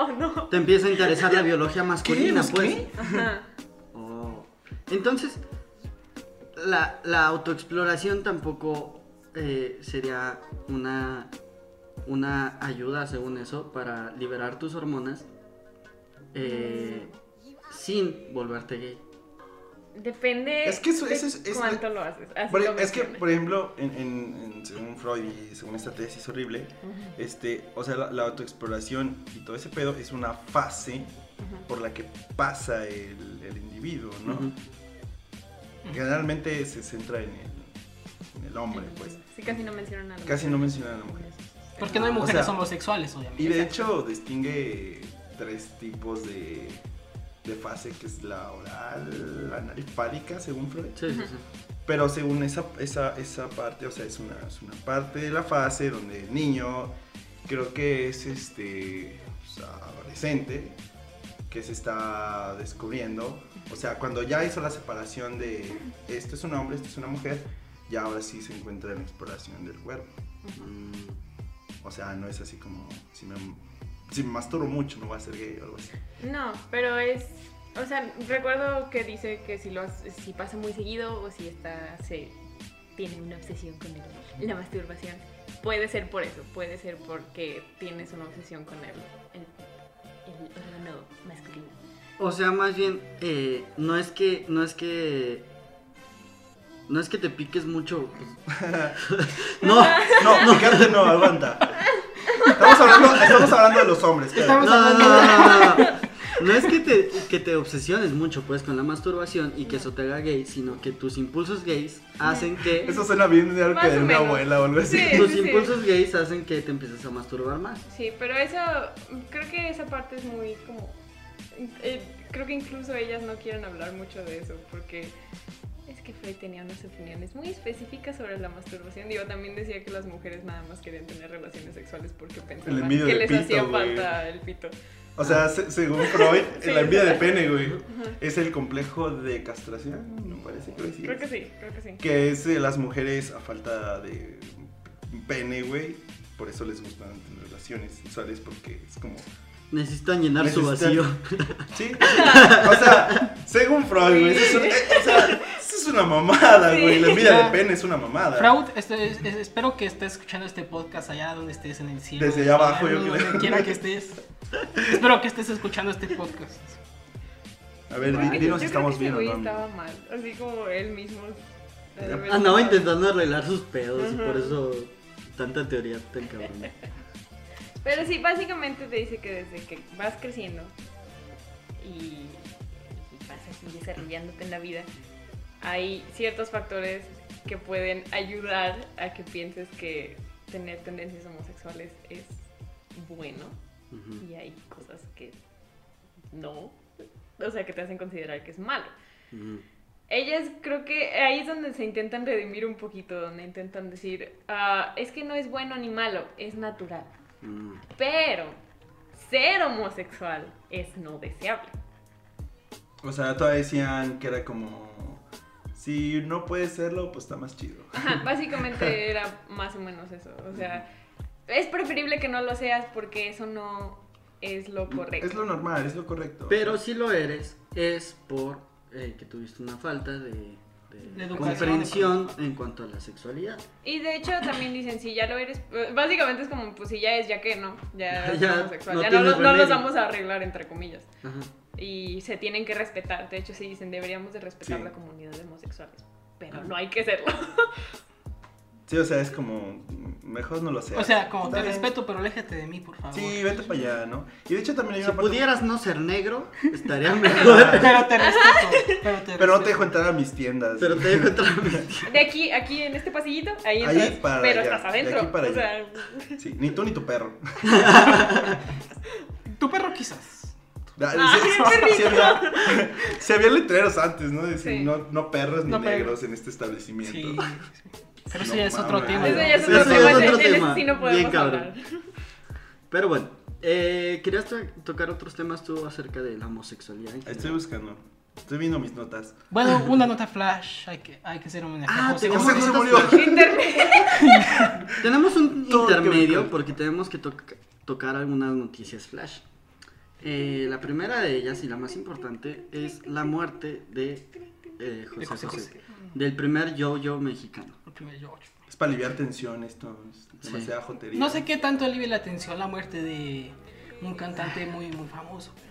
oh, no.
Te empieza a interesar la biología masculina,
¿Los
pues.
qué?
Ajá.
Oh. Entonces, la, la autoexploración tampoco eh, sería una, una ayuda, según eso, para liberar tus hormonas eh, sin volverte gay.
Depende
Es que eso-
de
eso es- es-
cuánto lo haces. así
Por- e-,
lo
es que,
menciona.
por ejemplo, en, en- en- según Freud y según esta tesis horrible,
Ujú,
este, o sea, la, la autoexploración y todo ese pedo es una fase
ujú.
por la que pasa el, el individuo, ¿no?
Ujú.
Generalmente se centra en el, en el hombre, pues.
Sí, casi no mencionan nada.
Casi no menciona a la mujer.
Porque no hay
O
mujeres
sea,
homosexuales, obviamente.
Y de
Exacto.
hecho distingue tres tipos de, de fase, que es la oral, anal y fálica, según Freud.
Sí, sí, sí.
Pero según esa, esa, esa parte, o sea, es una, es una parte de la fase donde el niño creo que es este pues, adolescente que se está descubriendo. O sea, cuando ya hizo la separación de esto es un hombre, esto es una mujer, ya ahora sí se encuentra en la exploración del cuerpo.
Mm,
O sea, no es así como si me, si me masturbo mucho no voy a ser gay o algo así.
No, pero es. O sea, recuerdo que dice que si lo hace- si pasa muy seguido o si está. se tiene una obsesión con el- la masturbación. Puede ser por eso, puede ser porque tienes una obsesión con el, el, el órgano masculino.
O sea, más bien, eh, no es que, no es que, no es que te piques mucho. pues. no,
No, no, fíjate, no, aguanta. Estamos hablando, estamos hablando de los hombres. espérate.
no,
Estamos-
no, no, no, no, no. No es que te, que te obsesiones mucho pues con la masturbación y que eso te haga gay, sino que tus impulsos gays hacen que...
Eso suena bien de algo que
Más
de
o
una
menos.
abuela o algo así.
Sí.
Tus impulsos gays hacen que te empieces a masturbar más.
Sí, pero eso, creo que esa parte es muy como... eh, creo que incluso ellas no quieren hablar mucho de eso porque es que Freud tenía unas opiniones muy específicas sobre la masturbación. Digo, también decía que las mujeres nada más querían tener relaciones sexuales porque pensaban
envidio
que
del
les
pito,
hacía
güey.
falta el pito.
O sea, se- según Freud,
Sí,
la envidia de
exacto.
pene, güey, es el complejo de castración, no parece que sí.
Creo que sí, creo que sí.
Que es de las mujeres a falta de pene, güey. Por eso les gustan tener relaciones sexuales, porque es como.
Necesitan llenar su
Necesitan-
vacío.
Sí, sí. o sea, según Freud, güey, eso es, un- eh, o sea, eso es una mamada,
Sí.
güey. La envidia de
Ya.
pene es una mamada.
Fraud, este- es- es- espero que estés escuchando este podcast allá donde estés en el cielo.
Desde allá abajo, yo
donde
creo.
quiera que estés. Espero que estés escuchando este podcast.
A ver,
Ay,
di- dinos si
yo
estamos bien
creo que
o
ese
no. amigo.
güey estaba mal, así como él mismo.
Era-
de verdad.
Andaba intentando arreglar sus pedos y
Ajá.
por eso tanta teoría tan cabrón.
Pero sí, básicamente te dice que desde que vas creciendo y, y vas así desarrollándote en la vida, hay ciertos factores que pueden ayudar a que pienses que tener tendencias homosexuales es bueno
Ujú,
y hay cosas que no, o sea, que te hacen considerar que es malo.
ujú.
Ellas creo que ahí es donde se intentan redimir un poquito, donde intentan decir, "Ah, es que no es bueno ni malo, es natural.
Mm.
Pero ser homosexual es no deseable.
O sea, todavía decían que era como. Si no puedes serlo, pues está más chido.
Ajá, básicamente era más o menos eso. O sea, es preferible que no lo seas porque eso no es lo correcto.
Es lo normal, es lo correcto.
Pero si lo eres, es por eh, que tuviste una falta de, de
De educación.
comprensión en cuanto a la sexualidad.
Y de hecho también dicen, si ya lo eres, pues, básicamente es como, pues si ya es, ya que no, ya es
Ya
homosexual.
no
ya no,
tienes
lo- no los
remedio.
vamos a arreglar, entre comillas.
Ajá.
Y se tienen que respetar. De hecho, sí dicen, deberíamos de respetar
Sí. Ah.
la comunidad de homosexuales. Pero no hay que serlo.
Sí, o sea, es como. Mejor no lo sea.
O sea, como te
Está bien.
respeto, pero aléjate de mí, por favor.
Sí, vete para allá, ¿no? Y de hecho también hay
Si
una parte-
pudieras no ser negro, estaría mejor.
Pero te respeto. Pero, te
Pero no te
respeto.
dejo entrar a mis tiendas.
pero te dejo entrar a mi tía.
De aquí, aquí en este pasillito, ahí
Ahí
entras,
para
pero
allá,
estás
de
adentro.
aquí para
o sea,
Sí, ni tú ni tu perro.
Tu perro quizás.
Ah,
Ay,
sí,
qué rico.
sí había, sí había letreros antes, ¿no? Decir,
Sí.
no, no perros ni
No perros.
negros en este
Sí.
establecimiento.
Pero eso
No
ya es otro
mames.
tema.
Ah, eso ya es
Sí,
otro
eso ya
tema.
es
de-
otro
de ese
tema.
sí no
Bien
podemos
cabrón.
hablar.
Pero bueno, eh, querías to- tocar otros temas tú acerca de la homosexualidad. en
Estoy
general?
buscando. Estoy viendo mis notas.
Bueno, una nota flash. Hay que, hay que ser homenaje. a
Ah,
José.
te
José
notas
José murió.
Internet.
Tenemos un
Todo lo que
intermedio
me-
porque tenemos que toc- tocar algunas noticias flash. Eh, la primera de ellas y la más importante es la muerte de eh,
De
José
José
José,
José.
del primer yo-yo mexicano.
El primer George.
Es para aliviar tensión esto. Es
Sí.
demasiada jotería.
No sé qué tanto alivia la atención la muerte de un cantante muy, muy famoso. pero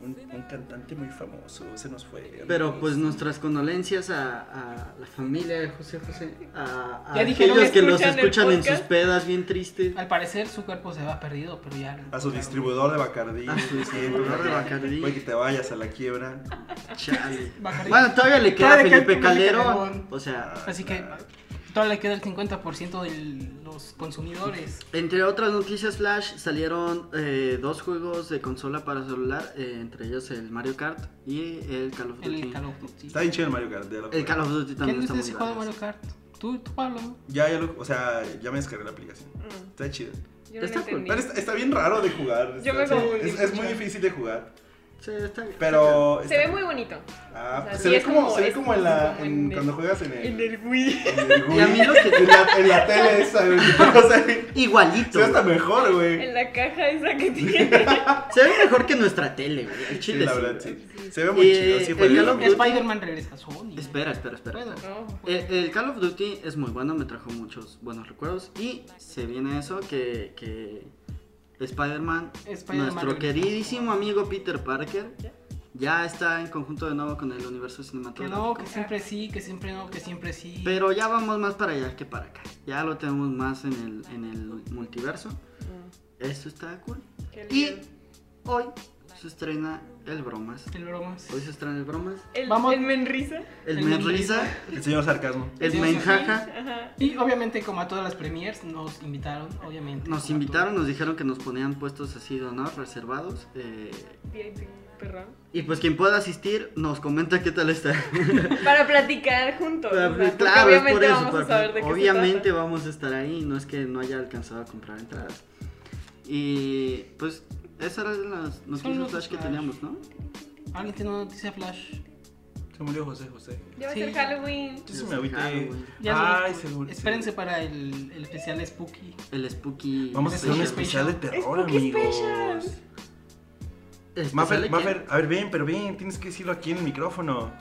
un, un cantante muy famoso, se nos fue.
Pero pues nuestras condolencias a, a la familia de José José, a, a
Ya dijeron
aquellos que
que
los
escuchan el
escuchan en sus
podcast.
pedas bien tristes.
Al parecer su cuerpo se va perdido, pero ya.
A su distribuidor de Bacardí.
A Ah, su
sí,
distribuidor de Bacardí.
Puede que te vayas a la quiebra.
Chale.
Bacardí.
Bueno, todavía le queda a
Todavía le queda
Felipe
Felipe
Calero.
Calderón.
O sea,
Así que todavía le queda el 50% de los consumidores.
entre otras noticias flash salieron eh, dos juegos de consola para celular, eh, entre ellos el Mario Kart y el Call of Duty.
El Call of Duty.
Está bien chido el Mario Kart. ya lo
El
jugué.
Call of Duty
¿Quién
también
de
está
ustedes
muy
se juega
largo.
Mario Kart? ¿Tú, tú Pablo? ¿no?
Ya, ya lo, o sea, ya me descargué la aplicación.
Mm,
Está chido.
Yo no
Está
lo
cool.
entendí.
Pero está, está bien raro de jugar. está-
Yo me
sí,
confundí
es, es muy
mucho.
difícil de jugar.
Sí, está bien.
Pero.
Se
está-
ve muy bonito.
Ah,
o sea,
se
sí
ve
es
como,
como-
se ve
es
como en la.
como
en-
en el-
cuando juegas en el.
Wii.
en el
Y a mí
Wii,
lo que-
en, la, en la tele esa, güey. O sea, se
Igualito.
ve hasta
güey.
mejor, güey.
En la caja esa que tiene.
Se ve mejor que nuestra tele, güey. El
Sí,
chile.
la
sí,
verdad,
güey.
sí. Se ve muy
Eh,
chido. Sí,
el
juega.
Call of Duty-
Spider-Man regresa a Sony.
Espera, espera, espera.
Bueno,
No.
Eh, El Call of Duty es muy bueno, me trajo muchos buenos recuerdos. Y se viene eso que, que Spider-Man,
Spider-Man
nuestro
regresa.
queridísimo amigo Peter Parker, ya está en conjunto de nuevo con el universo
Que no,
cinematográfico.
que siempre sí, que siempre no, que siempre sí.
Pero ya vamos más para allá que para acá. Ya lo tenemos más en el, en el multiverso.
Mm,
Esto está cool.
qué
Y
lindo.
hoy se estrena el Bromas.
El bromas.
Hoy se estrena el Bromas,
El,
Vamos.
el Menrisa.
el,
El
Menrisa,
El señor sarcasmo.
el
Sí, sí, sí.
Menjaja.
Ajá.
Y obviamente, como a todas las premiers, nos invitaron, obviamente.
Nos
como a
invitaron, nos dijeron que nos ponían puestos así de honor, reservados. eh,
VIP, perrón.
y pues quien pueda asistir nos comenta qué tal está.
Para platicar juntos. o sea, porque
claro, es
obviamente
por eso.
vamos
por-
a saber de qué
obviamente
se
vamos a estar ahí, no es que no haya alcanzado a comprar entradas. Y pues esas eran las noticias
los
flash que
flash.
teníamos, ¿no?
todo. ¿Alguien tiene una noticia flash?
Se murió José José.
trata. Ya va a
Sí.
ser Halloween.
Yo sí me agüité.
Halloween.
Ya
Ay,
se-
seguro-
Espérense para el, el especial Spooky.
El Spooky.
Vamos a hacer un
Special.
especial de terror,
Spooky
amigos.
Special.
Especial de
Maffer,
qué?
Maffer, a ver, ven, pero ven, tienes que decirlo aquí en el micrófono.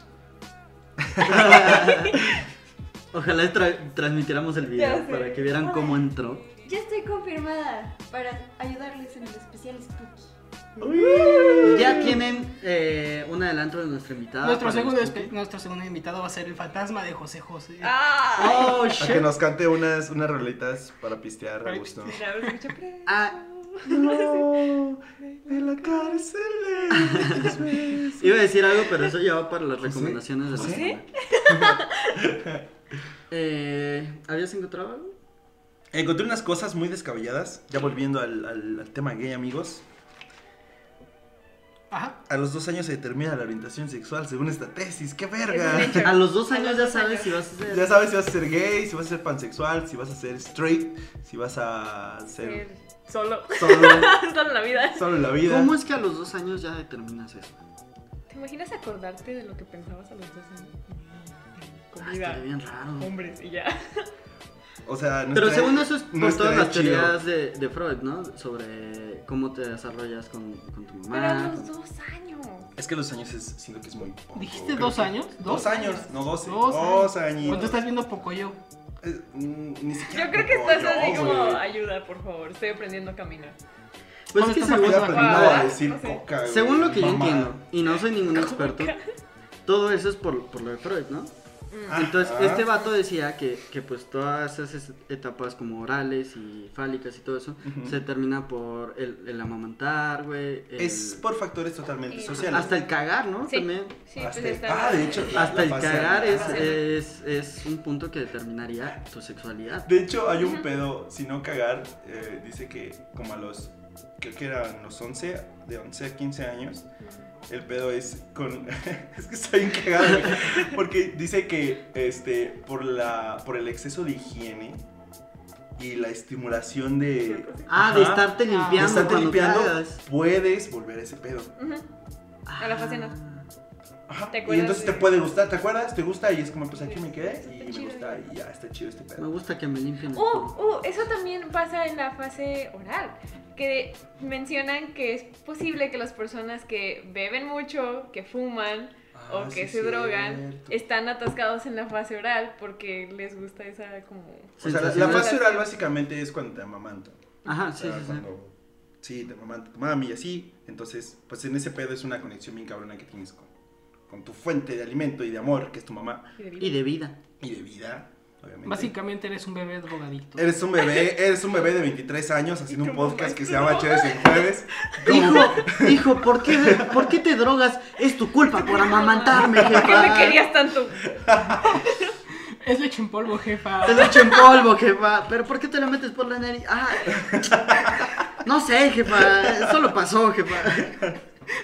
Ojalá tra- transmitiéramos el video
Ya sé.
para que vieran cómo entró.
Ya estoy confirmada para ayudarles en el especial Spooky.
Ya tienen eh, un adelanto de nuestra invitada.
nuestro,
Ah, para el
segundo, espe-
Spooky.
nuestro segundo invitado va a ser el fantasma de José José.
Ah.
Oh,
A que
shit.
nos cante unas, unas rolitas para pistear a gusto.
Mira, lo escucho pre-
Ah,
No, en la cárcel.
iba a decir algo, pero eso ya va para las recomendaciones de la
¿José?
semana. Eh, ¿Habías encontrado algo?
Encontré unas cosas muy descabelladas, ya volviendo al, al- al tema gay, amigos.
Ajá.
A los dos años se determina la orientación sexual según esta tesis, ¡qué verga!
Es un hecho.
A los dos
A
años
los
ya
dos
sabes
años.
si vas a ser.
Ya sabes si vas a ser gay, si vas a ser pansexual, si vas a ser straight, si vas a ser
El- Solo.
solo,
Solo la vida.
solo en la vida.
¿Cómo es que a los dos años ya determinas eso?
¿Te imaginas acordarte de lo que pensabas a los 12 años?
Ah, está
Comida,
bien raro.
hombres y ya.
O sea, no
Pero
está-
según eso es
no
por todas
estaría
las
chido.
teorías de, de Freud, ¿no? Sobre cómo te desarrollas con, con tu
Pero a
mamá.
los dos años.
Es que los años es, siento que es muy poco.
¿Dijiste
Creo
dos
que-
años?
Dos,
¿Dos?
años, no doce.
Dos
Dos,
años.
años. mm,
Cuando estás viendo Pocoyo.
ni siquiera
Yo creo que
poco,
estás así
yo,
como,
güey.
ayuda, por favor, estoy aprendiendo a caminar.
Pues
¿Cómo
es que
estás
Estoy
según,
aprendiendo?
aprendiendo
Guau.
a decir
No sé.
coca, güey.
según lo que yo
Mamá.
entiendo, y no soy ningún experto,
Coca.
todo eso es por, por lo de Freud, ¿no?
Mm.
Ah,
Entonces,
ah.
este vato decía que, que pues todas esas etapas como orales y fálicas y todo eso
Ujú.
se termina por el, el amamantar, güey. el-
Es por factores totalmente
Eh,
sociales.
Eh, Hasta el cagar, ¿no?
Sí.
También.
Sí,
Hasta el-
pues está.
Ah, de hecho. la-
Hasta
la
el
fase
cagar
anal.
es,
anal.
es, es un punto que determinaría tu sexualidad.
De hecho, hay un pedo, si no cagar, eh, dice que como a los, creo que eran los 11, de 11 a 15 años, el pedo es con, es que está bien cagado, güey, porque dice que este, por, la, por el exceso de higiene y la estimulación de...
Ah, de
Ajá,
estarte
De
limpiando.
de estarte
cuando
limpiando,
cagas.
puedes volver a ese pedo.
Ujú.
Ah.
A la fase no.
Ajá,
¿Te
y
acuerdas
entonces te
de-
puede gustar, ¿te acuerdas? ¿Te gusta? Y es como, pues aquí me quedé
Está
y me
chido.
gusta y ya, está chido este pedo.
Ah, Me gusta que me limpien. el
Uh,
culo.
uh, eso también pasa en la fase oral, que mencionan que es posible que las personas que beben mucho, que fuman
Ah,
o
sí
que
es
se drogan,
cierto.
están atascados en la fase oral porque les gusta esa como...
O sea, la, la
Sensacional.
fase oral básicamente es cuando te amamantan.
Ajá,
O
sí,
sea,
sí, sí.
cuando sí, te mamá, tu mami y así. Entonces, pues en ese pedo es una conexión bien cabrona que tienes con, con tu fuente de alimento y de amor, que es tu mamá,
Y de vida.
Y de vida.
y de vida, obviamente.
Básicamente eres un bebé drogadicto.
Eres un bebé, eres un bebé de 23 años haciendo un
como
podcast que se
maestro.
llama Chéves en Jueves.
Hijo, hijo, ¿por qué, ¿por qué te drogas? Es tu culpa por amamantarme,
¿Por qué me
jefa.
querías tanto?
Es leche en polvo, jefa.
Te lo echo en polvo, jefa. ¿Pero por qué te lo metes por la nariz? Ah. No sé, jefa. Solo pasó, jefa.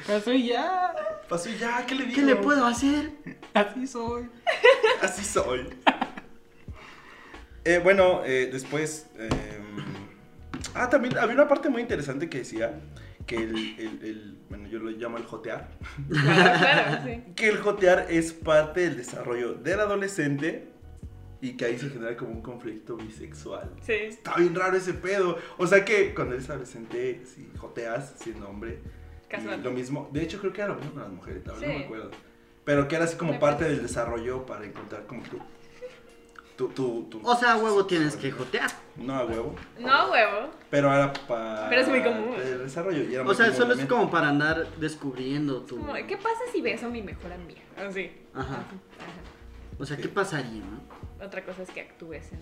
Pero soy ya.
Pasó y Pues ya, ¿qué le digo?
¿Qué le puedo hacer?
Así soy.
Así soy. Eh, bueno, eh, después. eh, ah, también había una parte muy interesante que decía que el, el- el- Bueno, yo lo llamo el jotear.
Claro, claro, sí.
Que el jotear es parte del desarrollo del adolescente y que ahí se genera como un conflicto bisexual.
Sí.
Está bien raro ese pedo. O sea que cuando eres adolescente, si joteas siendo hombre.
Casual.
y Lo mismo. De hecho, creo que era lo mismo con las mujeres, ahora no
Sí.
me acuerdo. Pero que era así como
Me
parte
parece.
del desarrollo para encontrar como tu. Tu, tu, tu-
O sea, a huevo tienes que jotear.
No a huevo.
No, huevo.
Pero era para.
Pero es muy común.
El desarrollo. y era
O
muy
sea,
común
solo es
también.
como para andar descubriendo tu.
Como, ¿Qué pasa si beso a mi mejor amiga? Así.
Ah, Ajá.
Ajá.
O sea, ¿qué pasaría, no?
Otra cosa es que actúes en-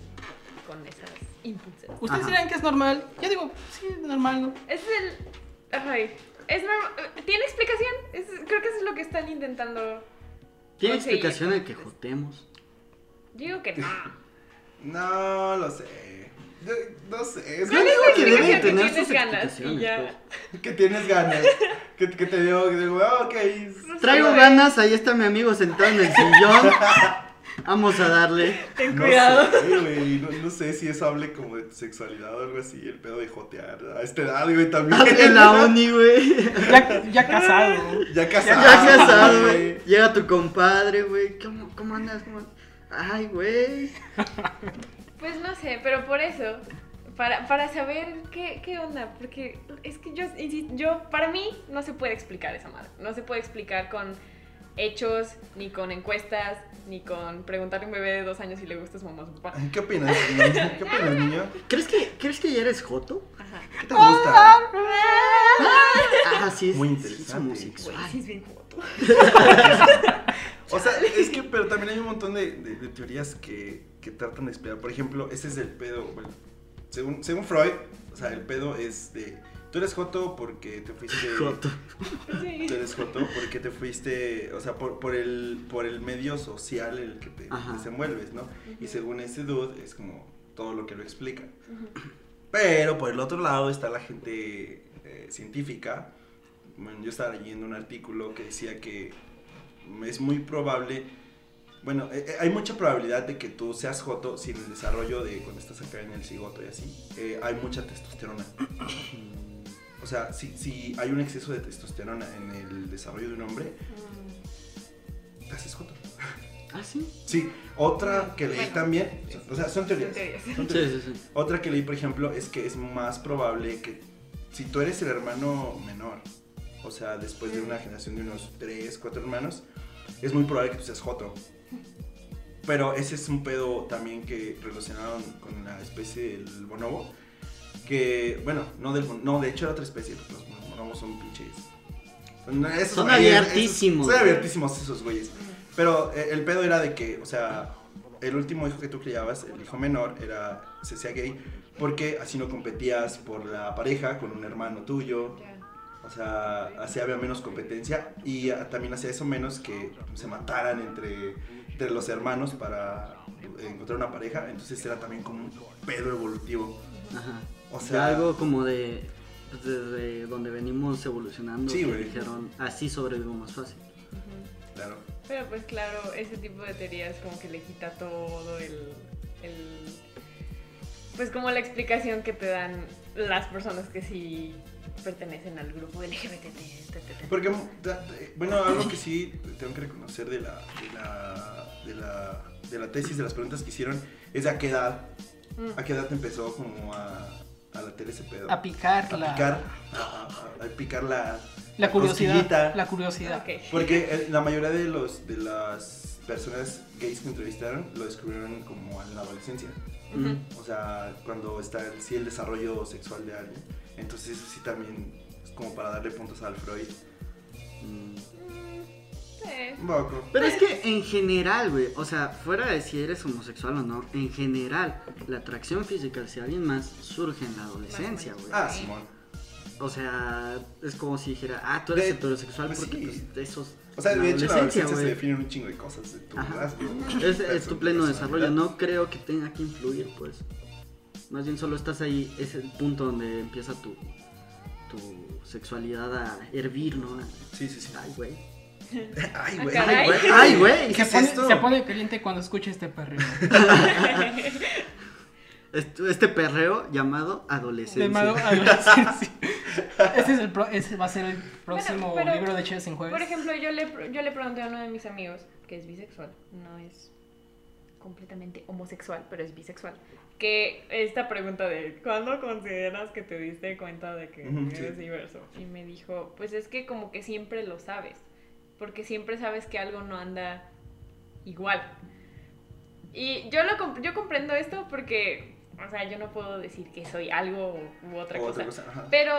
con esas impulsas.
Ustedes
Ajá.
dirán que es normal. Yo digo, sí, es normal, ¿no?
Es el. Ay. Es normal. ¿Tiene explicación? Es- creo que eso es lo que están intentando.
¿Tiene
conseguir.
explicación el que jotemos?
Digo que no.
No, lo sé. Yo- no sé. Es
¿Cuál es
que-
la
que debe
explicación que
tener
tienes
sus
ganas? Y
explicaciones, pues.
ya.
que tienes ganas. que, que te digo, que digo, ah, ok.
No sé,
Traigo
güey.
ganas, ahí está mi amigo sentado en el sillón. Vamos a darle.
Ten
No
cuidado.
sé, güey, no, no sé si eso hable como de tu sexualidad o algo así, el pedo de jotear. A esta edad, güey, también.
En la uni, güey.
Ya, ya casado.
Ya casado.
Ya casado, Ah, güey. Llega tu compadre, güey. ¿Cómo, cómo andas? ¿Cómo andas? Ay, güey.
Pues no sé, pero por eso, para, para saber qué, qué onda, porque es que yo, insisto, yo, para mí, no se puede explicar esa madre. No se puede explicar con hechos, ni con encuestas, ni con preguntarle a un bebé de dos años si le gusta su mamá o su papá.
¿Qué opinas, niño? ¿Qué opinas, niño?
¿Crees que, ¿creeres que ya eres joto?
Ajá.
¿Qué te gusta?
Ah, sí, es,
Muy
sí, es
interesante.
Güey,
homosexual.
sí es bien joto.
O sea, es que, pero también hay un montón de, de- de teorías que, que tratan de explicar. Por ejemplo, ese es el pedo. Bueno, según, según Freud, o sea, el pedo es de. Tú eres joto porque te fuiste.
Joto.
Sí.
Tú eres joto porque te fuiste, o sea, por, por, el, por el medio social en el que te
Ajá.
desenvuelves, ¿no? Y según este dude, es como todo lo que lo explica.
Ujú.
Pero por el otro lado está la gente eh, científica. Bueno, yo estaba leyendo un artículo que decía que es muy probable, bueno, eh, eh, hay mucha probabilidad de que tú seas joto si en el desarrollo de cuando estás acá en el cigoto y así, eh, hay mucha testosterona. O sea, si, si hay un exceso de testosterona en el desarrollo de un hombre, te haces joto.
Ah, sí.
Sí, otra que leí
Bueno.
también, o sea, son teorías.
teorías.
son
Sí, sí, sí.
otra que leí, por ejemplo, es que es más probable que si tú eres el hermano menor, o sea, después de una generación de unos 3, 4 hermanos, es muy probable que tú seas joto. Pero ese es un pedo también que relacionaron con la especie del bonobo, que, bueno, no del bon- no, de hecho era otra especie, porque los bonobos son pinches... Son, esos
Son
güeyes, esos-
abiertísimos.
son abiertísimos esos güeyes. Pero eh, el pedo era de que, o sea, el último hijo que tú criabas, el hijo menor, era, se sea gay, porque así no competías por la pareja con un hermano tuyo,
Ya.
o sea, así había menos competencia y ah, también hacía eso menos que se mataran entre, entre los hermanos para eh, encontrar una pareja, entonces era también como un pedo evolutivo.
Ajá.
O
O
sea-
sea, algo como de. pues, Desde donde venimos evolucionando,
Sí,
que
güey.
dijeron así sobrevivo más fácil.
Ujú.
Claro.
Pero pues claro, ese tipo de teorías como que le quita todo el, el- Pues como la explicación que te dan las personas que sí pertenecen al grupo LGBT.
Porque, da- de- bueno, algo que sí tengo que reconocer de la, de la, de la, de la tesis, de las preguntas que hicieron, es a qué edad,
Mm.
a qué edad te empezó como a, a latir ese pedo.
A picar
A
la,
picar, a, a- a picar la,
la curiosidad.
cosquillita.
La curiosidad.
Ok.
Porque eh, la mayoría de, los, de las personas gays que entrevistaron lo descubrieron como en la adolescencia.
Ujú.
Mm.
O sea, cuando está el, sí, el desarrollo sexual de alguien. Entonces eso sí también es como para darle puntos al Freud.
Mm.
Mm, sí.
Un poco.
Pero es que en general, güey, o sea, fuera de si eres homosexual o no, en general, la atracción física hacia alguien más surge en la adolescencia, güey.
Ah, Simón.
O sea, es como si dijera, ah, tú eres
De-
heterosexual
pues
porque
sí.
pues, de esos.
O sea, de hecho, la adolescencia se
güey.
definen un chingo de cosas de tu
Ajá.
rasgo,
Es,
de
es tu pleno
personalidad.
desarrollo, no creo que tenga que influir, pues. Más bien solo estás ahí, es el punto donde empieza tu, tu sexualidad a hervir, ¿no?
Sí, sí, sí.
Ay, güey.
Ay,
Ah,
güey.
caray.
Ay, güey.
¿Qué
Se
es
pone,
esto?
se pone caliente cuando escucha este perreo.
Est- Este perreo llamado adolescencia.
Llamado adolescencia. Ese, es el pro- ese va a ser el próximo
pero-
libro de Chéves en Jueves.
Por ejemplo, yo le, pr- yo le pregunté a uno de mis amigos, que es bisexual, no es completamente homosexual, pero es bisexual, que esta pregunta de ¿cuándo consideras que te diste cuenta de que
Ujú,
eres
sí.
diverso? Y me dijo, pues es que como que siempre lo sabes, porque siempre sabes que algo no anda igual. Y yo, lo comp- yo comprendo esto porque, o sea, yo no puedo decir que soy algo u otra
O
cosa.
otra cosa. ajá.
Pero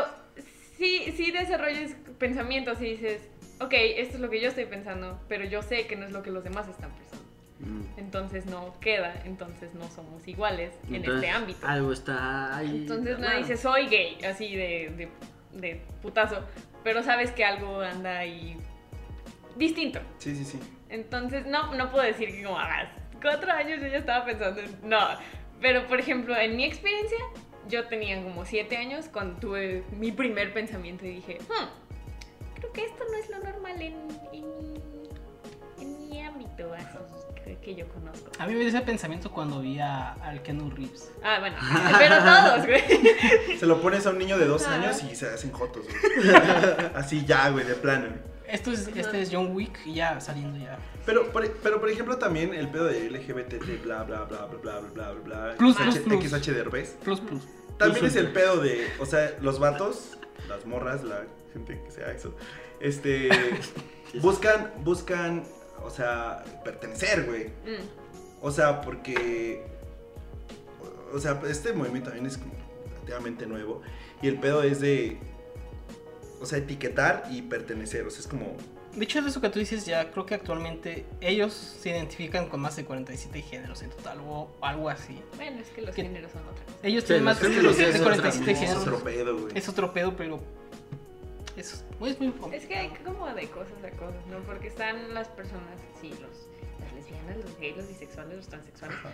sí, sí desarrollas pensamientos y dices, ok, esto es lo que yo estoy pensando, pero yo sé que no es lo que los demás están pensando.
Mm.
Entonces no queda, entonces no somos iguales en este
Entonces,
ámbito.
Algo está ahí.
Entonces no
raro.
dices, soy gay, así de, de, de putazo, pero sabes que algo anda ahí distinto.
Sí, sí, sí.
Entonces, no, no puedo decir que como hagas cuatro años yo ya estaba pensando en... No, pero por ejemplo, en mi experiencia, yo tenía como siete años cuando tuve mi primer pensamiento y dije, "Hmm, creo que esto no es lo normal en, en, en mi ámbito, así que, que yo conozco.
A mí me dio ese pensamiento cuando vi a, al Keanu Reeves.
Ah, bueno, pero todos, güey.
Se lo pones a un niño de dos
Ah.
años y se hacen jotos, güey. Así ya, güey, de plano.
Esto es, este es John Wick y ya saliendo ya.
Pero por, e-, pero por ejemplo también el pedo de LGBT, bla bla bla bla bla bla bla bla
Plus,
XH
plus, plus.
XH Derbez.
Plus, plus.
También
Plus,
es el
plus.
pedo de, o sea, los vatos, las morras, la gente que sea eso, este, buscan, buscan, o sea, pertenecer, güey.
Mm,
O sea, porque, o sea, este movimiento también es como relativamente nuevo y el pedo es de, o sea, etiquetar y pertenecer, o sea, es como,
De hecho, de eso que tú dices, ya creo que actualmente ellos se identifican con más de 47 géneros en total o algo así.
bueno, es que los
¿Qué?
géneros son otra cosa.
Ellos
Sí,
tienen
los
más de
géneros ya es
47
otra
es
Sí,
otro
géneros.
pedo, güey.
Es otro pedo, pero. Es, es muy.
Es que hay como de cosas a cosas, ¿no? Porque están las personas, sí, los, las lesbianas, los gays, los bisexuales, los transexuales.
Ajá.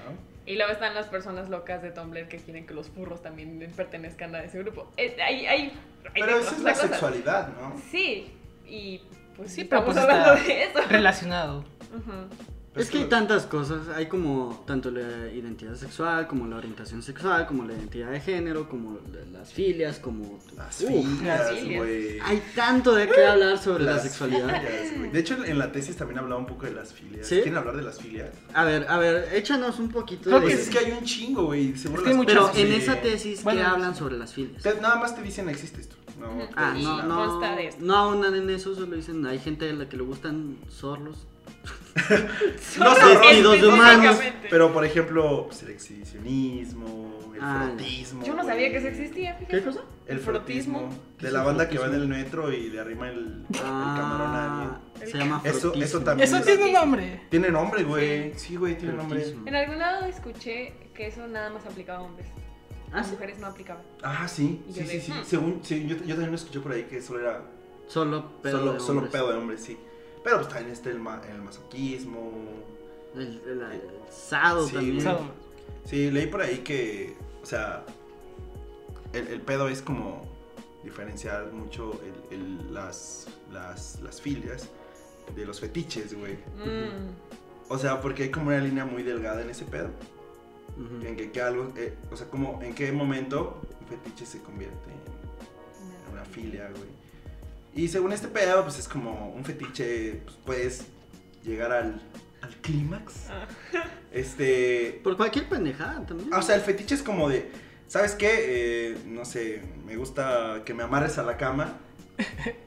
Y luego están las personas locas de Tumblr que quieren que los burros también pertenezcan a ese grupo. Es- hay, hay, hay de
Pero esa es
cosas
la
a cosas.
sexualidad, ¿no?
Sí, y pues
Sí,
sí,
pero
estamos
pues
hablando
está-
de eso.
Relacionado.
Ujú.
Pues
Es que hay tantas cosas, hay como tanto la identidad sexual, como la orientación sexual, como la identidad de género, como la- las filias, como... tu-
Las
Uf,
filias,
las filias.
güey.
hay tanto de qué hablar sobre la
Las
Ah,
sexualidad.
filias, güey. De hecho, en la tesis también hablaba un poco de las filias.
¿Sí?
¿Quieren hablar de las filias?
A ver, a ver, échanos un poquito
Creo
de...
Pues es que hay un chingo, güey. seguro
Es que hay
las
muchas
Pero
cosas
en
de-
esa tesis,
Bueno,
¿qué
no
hablan
sé.
sobre las filias?
Te- Nada más te dicen existe esto. No,
Ujú.
te
Ah,
dicen
no,
nada.
no,
consta de esto.
no ahondan en eso, solo dicen, hay gente a la que le gustan zorros.
No
Solo
son
vestidos de humanos,
específicamente.
Pero, por ejemplo, pues, el exhibicionismo, el
Ah,
frotismo.
Yo no sabía que eso
güey.
existía, fíjate.
¿Qué cosa?
El
¿El frotismo?
frotismo.
¿Qué
De
es
la
el
banda que va en el
frotismo?
metro y le arrima el, el camarón a
Ah,
alguien.
alguien.
se llama
Eso- eso
frotismo.
también.
Eso tiene un nombre.
Tiene nombre, güey. Sí, güey, tiene nombre.
Frotismo.
En algún lado escuché que eso nada más aplicaba a hombres.
Ah,
a
sí.
mujeres no aplicaban.
Ah, sí,
Y
sí,
yo
sí,
de,
sí.
hmm.
Según, sí, yo, yo también lo escuché por ahí que solo era
Solo pedo
solo,
de
solo
hombres.
pedo de hombre, sí. Pero pues también está el, ma- el masoquismo.
El, el- el sado
Sí,
también.
güey.
Sado.
Sí, leí por ahí que, o sea, el, el pedo es como diferenciar mucho el- el- las, las, las filias de los fetiches, güey.
Mm.
O sea, porque hay como una línea muy delgada en ese pedo.
Ujú.
En que, que algo, eh, o sea, como en qué momento un fetiche se convierte en en una filia, güey. Y según este pedo, pues es como un fetiche, pues puedes llegar al, al clímax.
Ah.
Este.
Por cualquier pendejada también.
ah, O sea, el fetiche es como de. ¿Sabes qué? Eh, no sé, me gusta que me amarres a la cama,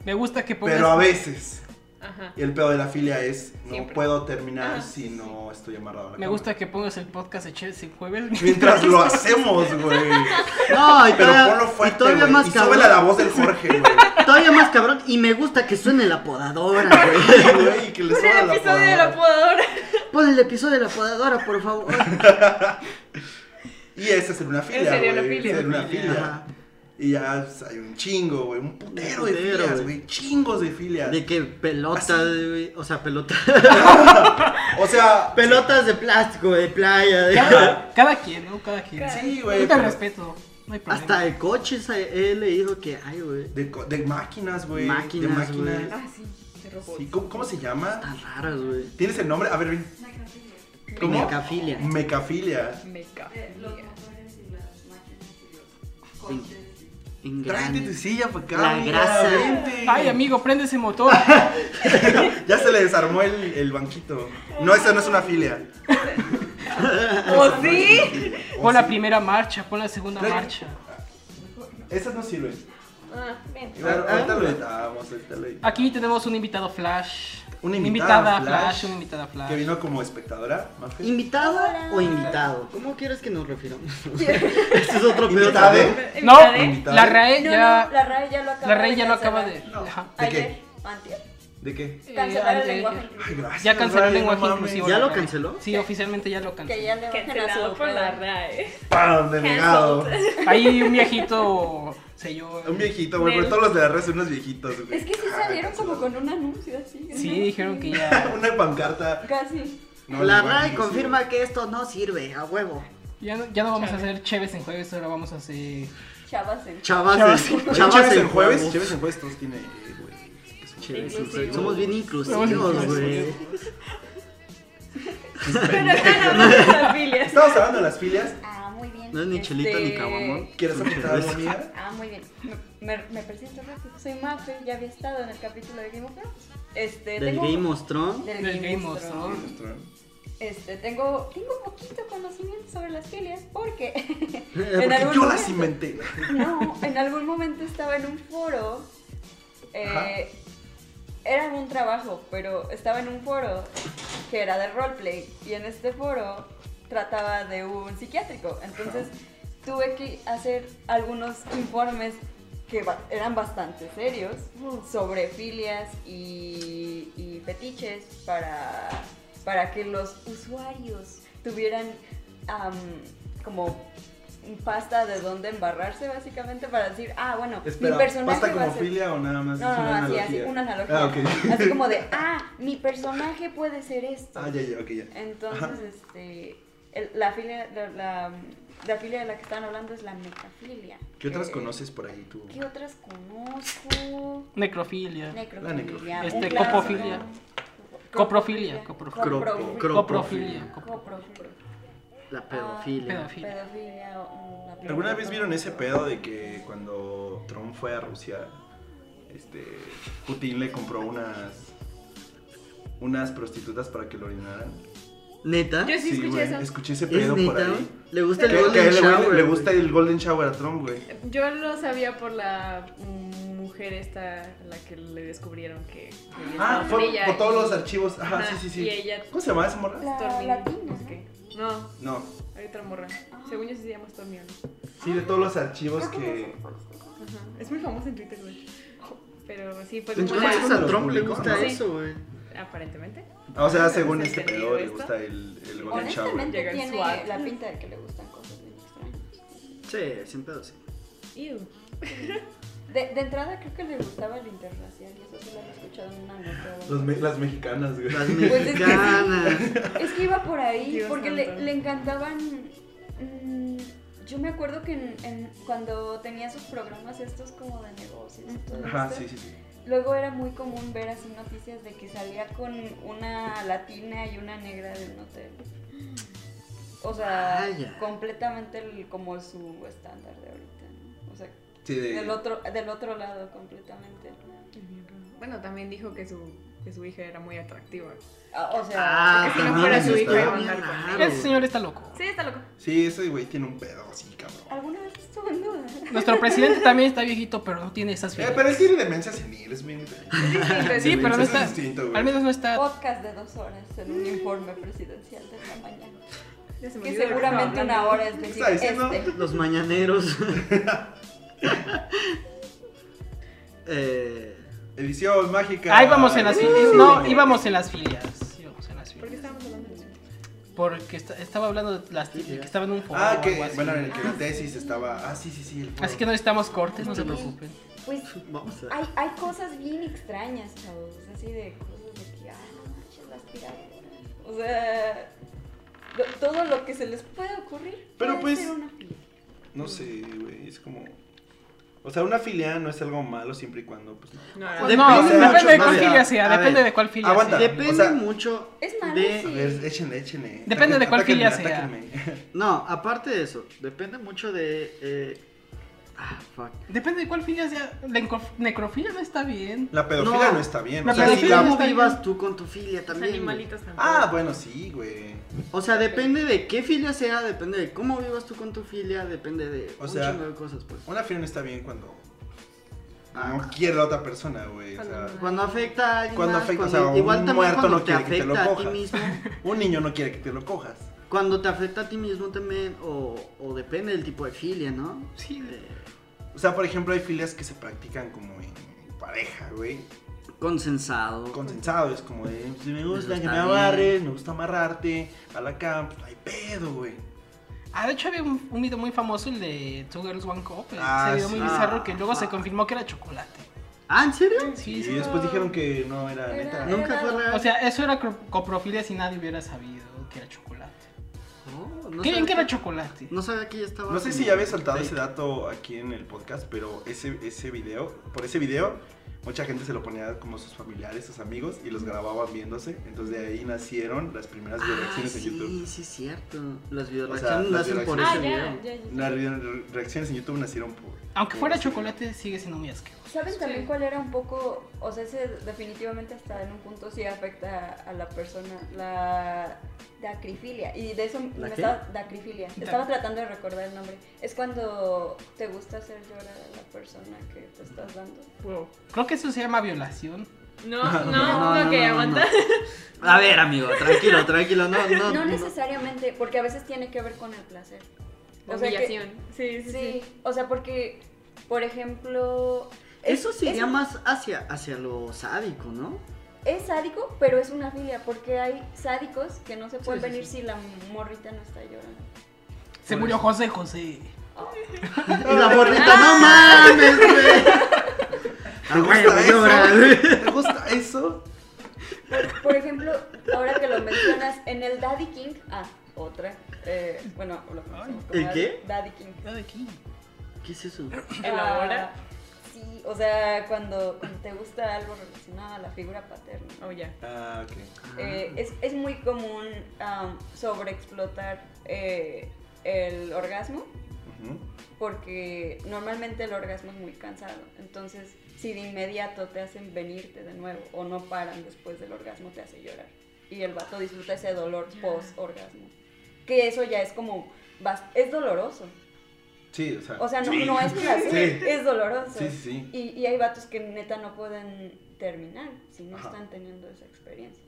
Me gusta Pues que pongas.
pero a veces.
Ajá.
El pedo de la filia es, no
Siempre.
puedo terminar
Ajá,
si no estoy amarrado a la
Me
cama.
gusta que pongas el podcast de Chelsea jueves.
Mientras lo hacemos, güey.
No, y
Pero
todavía,
ponlo
Ah, y
fuerte,
todavía
güey.
más
Y
cabrón.
súbele a la voz del Jorge, güey.
Todavía más cabrón. Y me gusta que suene la podadora, güey.
Güey, y que le
Pon
suba
el
la
episodio de la
palabra.
podadora.
Pon el episodio de la podadora, por favor.
Y esa es una filia,
sería
güey.
una filia.
Esa es una filia.
Ajá.
Y ya pues, hay un chingo, güey. Un putero de
Putero,
filias,
güey.
güey. Chingos de filias.
De que pelotas, güey. O sea, pelotas.
O sea,
pelotas de plástico, de playa, de...
Cada, cada quien, ¿no? Cada quien.
Cada-
sí, güey.
Yo te
pero
respeto. No hay problema.
Hasta de coches eh, he he leído que hay, güey.
De, co- de máquinas, güey.
Máquinas,
de máquinas.
güey.
Ah, sí, de robots.
Sí, ¿cómo, cómo se llama?
Tan raras, güey.
¿Tienes el nombre? A ver, ven.
Necrofilia.
¿Cómo?
Mecafilia.
Mecafilia.
Meca.
Eh, Los motores y las máquinas y los coches.
Tráete tu
Engranes.
silla para acá.
La
amiga,
grasa.
vente.
Ay, amigo, prende ese motor.
Ya se le desarmó el, el banquito. No, esa no es una filia.
¿O sí?
O
Pon
sí.
la primera marcha, pon la segunda
Claro.
marcha.
Esas no sirven.
Ah, ven.
Claro, ahorita
ah.
lo editamos, ahorita lo editamos.
Aquí tenemos un invitado Flash.
Una invitada
flash.
Flash,
una invitada Flash.
Que vino como espectadora, Mafe.
¿Invitada o invitado? ¿Cómo quieres que nos refiramos? este es otro pedo
¿Invitade?
también.
No,
¿Invitade?
Invitada.
la RAE
No,
ya.
no, la RAE ya lo acaba
la RAE ya lo
cancelar.
acaba de.
No.
ajá.
¿De qué?
Ayer, antier,
¿De qué?
Eh,
cancelar el
eh,
lenguaje
Ay,
inclusivo.
gracias.
Ya canceló el
Ray, no
lenguaje
mames.
inclusivo.
¿Ya
la
lo
RAE.
canceló?
Sí, oficialmente ya lo canceló.
Que ya le bajen a
Cancelado
su
por la
pedo.
RAE.
¡Pam! Denegado.
Ahí un viejito selló.
Un viejito, güey. Pero
Del-
todos los de la red son unos viejitos, güey.
Es que sí
Ah,
salieron como
cancelados.
con un anuncio así.
Sí,
¿no?
dijeron que ya.
Una pancarta.
Casi.
No,
La
lenguaje
RAE
inclusivo.
confirma que esto no sirve, a huevo.
Ya no, ya no vamos a hacer chéves en jueves, ahora vamos a hacer.
Chavas en...
Chavas,
Oye,
en-
Chéves en jueves.
huevos.
Chéves en jueves todos tiene. eh, güey, es un-
Chéves en
Inclusivo.
jueves. Somos bien inclusivos,
Somos
güey.
Pero están hablando de las filias.
Estamos hablando de las filias.
Ah, muy bien.
No es ni chelita ni
Este,
caguamón.
¿Quieres apuntar algo, amiga?
Ah, muy bien. Me, me, me presento rápido. Soy Mafe, ya había estado en el capítulo de Game of Thrones. Este,
Del
tengo...
Game of Thrones.
Del
Del
Game
Game
of
of
Thrones. Este, tengo, tengo poquito conocimiento sobre las filias porque,
Porque
algún
yo
momento-
las inventé.
no, en algún momento estaba en un foro, eh,
Ajá.
era un trabajo, pero estaba en un foro que era de roleplay y en este foro trataba de un psiquiátrico, entonces tuve que hacer algunos informes que ba- eran bastante serios sobre filias y, y fetiches para, para que los usuarios tuvieran am, como pasta de donde embarrarse básicamente para decir, ah, bueno, mi
Espera,
personaje
¿basta
va a
como
ser...
filia o nada más?
No,
es
no,
una
no, así,
analogía?
así, una analogía.
Ah, ok.
Así como de, ah, mi personaje puede ser esto.
Ah, ya, ya, ok, ya.
Entonces,
Ajá.
este, el- la filia, la, la- la filia de la que están hablando es la mecafilia.
¿Qué otras
Eh,
conoces por ahí tú?
¿Qué otras conozco?
Necrofilia.
La
Necrofilia.
necrofilia.
Este,
un clásico.
copofilia. Coprofilia, coprofilia.
Copro-
Cro-
Coprofilia.
Coprofilia.
La
Ah,
pedofilia.
Pedofilia.
Pedofilia. mm,
¿Alguna
la pedofilia.
vez vieron ese pedo de que cuando Trump fue a Rusia, este, Putin le compró unas unas prostitutas para que lo orinaran?
¿Neta?
Yo sí, escuché
güey,
eso.
escuché ese
¿Es
pedo por
neta?
ahí.
¿Le
Que,
gusta el
que a
Golden
él le-
Shower?
le,
güey?
gusta el Golden Shower a Trump, güey.
Yo lo sabía por la mm, mujer esta, la que le descubrieron que... que había
Ah,
estado con
fue
ella
por todos
y-
los archivos. Ajá,
Ajá,
sí, sí, sí.
y ella-
¿Cómo se llama esa morra?
La
Stormy,
latina,
no sé qué. No,
No,
hay otra morra. Según yo sí se llama Stormy. algo.
sí, de todos los archivos que...
Ajá. Es muy famosa en Twitter, güey. Pero sí, fue como
Entonces
la...
Hola.
Pues a Trump le gusta
Sí.
eso, güey.
Aparentemente.
Ah, O sea, según
¿Es
este
entendido
pedo le
esto?
gusta el, el Golden Shower.
Honestamente
Llega el
tiene
SWAT.
la pinta de que le gustan cosas bien extrañas.
Sí, sin pedo, sí.
Ew.
De, de entrada creo que le gustaba el interracial y eso sí lo he escuchado en una nota.
Los me- las mexicanas, güey.
Las
Pues es que-
mexicanas.
Es que iba por ahí
Dios
porque
santo.
le, le encantaban. mm, yo me acuerdo que en- en- cuando tenía sus programas estos como de negocios y todo
Ajá,
esto,
sí, sí, sí.
luego era muy común ver así noticias de que salía con una latina y una negra de un hotel. O sea,
Vaya.
completamente el- como su estándar de ahorita. ¿no? O sea,
Sí, de-
del otro, del otro lado completamente.
Bueno, también dijo que su, que su hija era muy atractiva.
Ah, O sea,
Ah,
que si no
también
fuera
mames,
su
está
hija iba a
bien
andar con
raro.
ella.
Ese señor está loco.
Sí, está loco.
Sí, ese güey tiene un pedo así, cabrón.
alguna vez estuvo en duda.
Nuestro presidente también está viejito, pero no tiene esas
Eh,
fibras.
pero él tiene demencia senil, es bien diferente.
Sí, pero no
Eso es
está.
distinto, güey.
Al menos no está.
Podcast de dos horas en un informe presidencial de la mañana.
Ya se me
Que
olvidó de lo
seguramente
estaba hablando.
una hora es decir
Está diciendo-
este.
Los mañaneros. Eh,
Edición mágica.
Ah, íbamos en las
Sí.
filias. No, íbamos en las filias. Íbamos en las
¿Por qué
filias.
estábamos hablando de eso?
Porque esta- estaba hablando de las de que estaba en un foro.
Ah,
o
que,
algo así.
bueno, en el que la
Ah,
tesis
sí.
estaba. Ah, sí, sí, sí. El foro.
Así que no necesitamos cortes, no se
Oye.
preocupen.
Ah,
Pues
vamos a
hay, hay cosas bien extrañas, chavos. Así de cosas de que, ah, no manches, las tiraderas. O sea, lo- todo lo que se les puede ocurrir.
Pero
puede
pues-
ser una fila.
No sé, güey, es como. O sea, una filia no es algo malo siempre y cuando, pues no.
No,
Pues
no.
no,
Depende
depende
mucho,
de
¿no?
cuál
O sea,
filia sea,
a ver,
depende de cuál filia sea.
aguanta.
Depende
o sea,
mucho
es malo,
de...
A
sí.
ver, échenle, échenle.
Depende de cuál
Atáquenme,
filia sea.
atáquenme.
No, aparte de eso, depende mucho de... eh, Ah, fuck.
Depende de cuál filia sea. La enco- necrofilia no está bien.
La pedofilia no,
No.
está bien.
La
o sea, si la-
pedofilia no
¿Cómo
está
vivas
bien.
tú con tu filia
Los
también? güey?
animalitos tampoco.
Ah, bueno, sí, güey.
O sea, depende de qué filia sea, depende de cómo vivas tú con tu filia, depende de
O
un
sea,
chingo de cosas, pues.
Una filia no está bien cuando.
Ah.
No quiere a otra persona, güey. O sea,
Cuando no.
Cuando afecta a alguien
Cuando
más,
afecta, o
cuando-
sea, un
igual también
muerto
cuando
no
te
quiere que te lo
afecta a ti
cojas.
mismo,
un niño no quiere que te lo cojas.
cuando te afecta a ti mismo también, o, o depende del tipo de filia, ¿no?
Sí.
Eh,
O sea, por ejemplo, hay filias que se practican como en pareja, güey.
consensado.
Consensado, es como de. "Pues, Si me gusta
Eso
que
está
me
bien.
agarres, me gusta amarrarte, a la cama, pues no hay pedo, güey.
Ah, de hecho había un, un video muy famoso, el de Two Girls One Cup.
Ah,
ese video
sí.
muy bizarro
Ah,
que luego se
ah.
confirmó que era chocolate.
¿Ah, en serio?
Y
Sí, sí.
después dijeron que no era
Era-
neta.
era-
Nunca fue real.
O sea, eso era cro- coprofilia si nadie hubiera sabido que era chocolate.
Oh, no
Qué bien
sabía
que era chocolate.
No sabía que ya estaba.
No sé
como-
si ya había saltado ese dato aquí en el podcast, pero ese, ese video, por ese video, mucha gente se lo ponía como sus familiares, sus amigos, y los grababan viéndose. Enentonces de ahí nacieron las primeras
Ah,
videoreacciones
sí,
en YouTube.
sí, cierto. Las
O
videoreacciones
sea, las
nacen por
videoreacciones.
ese
Ah, ya,
video.
ya, ya.
Las reacciones en YouTube nacieron por...
Aunque
por
fuera
ese
chocolate, sigue siendo muy asqueroso.
¿Saben
Sí.
también cuál era un poco, o sea, ese definitivamente hasta en un punto sí afecta a la persona, la dacrifilia? Y de eso me
qué?
estaba, dacrifilia, estaba tratando de recordar el nombre. Es cuando te gusta hacer llorar a la persona que te estás dando.
Wow.
Creo que eso se llama violación.
No, no,
no,
no,
no,
ok,
no,
aguanta.
A ver, amigo, tranquilo, tranquilo. No, no,
No
no.
necesariamente, porque a veces tiene que ver con el placer.
La
O sea que-
humillación. Sí, sí, sí.
Sí, o sea, porque, por ejemplo... es-
Eso sería
es-
más hacia, hacia lo sádico, ¿no?
Es sádico, pero es una filia, porque hay sádicos que no se pueden
sí,
venir si la morrita no está llorando.
Se
Por
murió
eso.
José José.
Y
Ah,
la morrita, no mames, güey.
¿Te
Ah,
gusta
bueno,
eso?
llora, güey.
¿Te gusta eso?
Por, por ejemplo, ahora que lo mencionas, en el Daddy King, ah, otra, eh, bueno, lo conocemos como
¿El qué?
Daddy King.
Ya de aquí.
¿Qué es eso?
¿Elabora?
Ah, sí, o sea, cuando, cuando te gusta algo relacionado a la figura paterna.
Oh, ya.
Ah, ok.
Eh, es, es muy común am, sobreexplotar eh, el orgasmo
Ujú.
porque normalmente el orgasmo es muy cansado. Entonces, si de inmediato te hacen venirte de nuevo o no paran después del orgasmo, te hace llorar. Y el vato disfruta ese dolor post-orgasmo. Que eso ya es como. bas- Es doloroso.
Sí, o sea...
O sea, no, no es placer,
Sí.
es doloroso.
Sí, sí, sí.
Y, y hay vatos que neta no pueden terminar si no
Ajá.
están teniendo esa experiencia.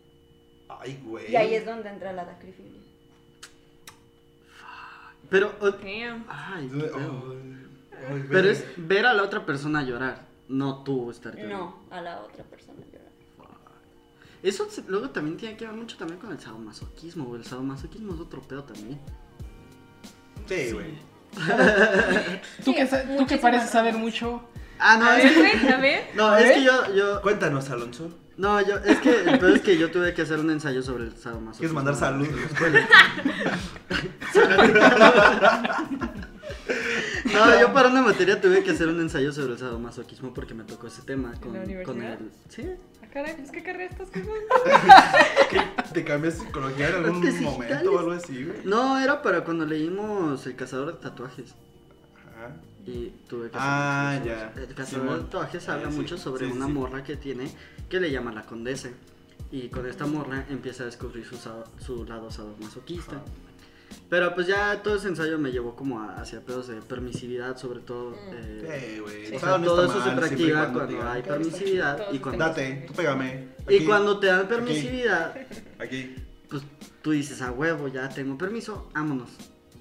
Ay, güey.
Y ahí es donde entra la dacrifilia.
Pero, o-
Damn.
ay, qué
Ay,
feo.
ay,
pero
güey.
es ver a la otra persona llorar, no tú estar llorando.
No, a la otra persona llorar.
Eso se- luego también tiene que ver mucho también con el sadomasoquismo, güey. El sadomasoquismo es otro pedo también.
Sí, güey.
Tú
Sí,
que, sa- tú que
muchísimas
pareces saber
razones.
mucho.
Ah, no,
A ver,
es,
güey, a ver.
no, es que yo, yo,
Cuéntanos, Alonso.
no, yo, es que el pedo es que yo tuve que hacer un ensayo sobre el sadomasoquismo.
¿Quieres mandar saludos?
No, yo para una materia tuve que hacer un ensayo sobre el sadomasoquismo porque me tocó ese tema con,
la
con
universidad?
el... Sí,
Ah, caray, pues qué carrera estás con
¿Te cambias psicología en algún
Artes
momento o
digitales.
algo así, güey?
No, era para cuando leímos El cazador de tatuajes.
Ajá.
Y tuve que
Ah,
hacer-
ya.
El cazador
Simón.
de tatuajes
Ah,
habla
sí.
mucho sobre
Sí, sí,
una
sí.
morra que tiene que le llama la condesa. Y con esta morra empieza a descubrir su, sa- su lado sadomasoquista.
Ajá.
Pero pues ya todo ese ensayo me llevó como a- hacia pedos de permisividad, sobre todo.
Mm.
eh,
Sí, güey.
Sí.
o
O
sea,
sea, no
todo
está
eso se
mal, siempre y
practica
cuando
cuando
digan,
hay
"Ok,
permisividad y
Todos
cuando,
estamos-
Date, tú pégame.
y
aquí,
cuando te dan permisividad,
Aquí.
pues tú dices, a huevo, ya tengo permiso, vámonos.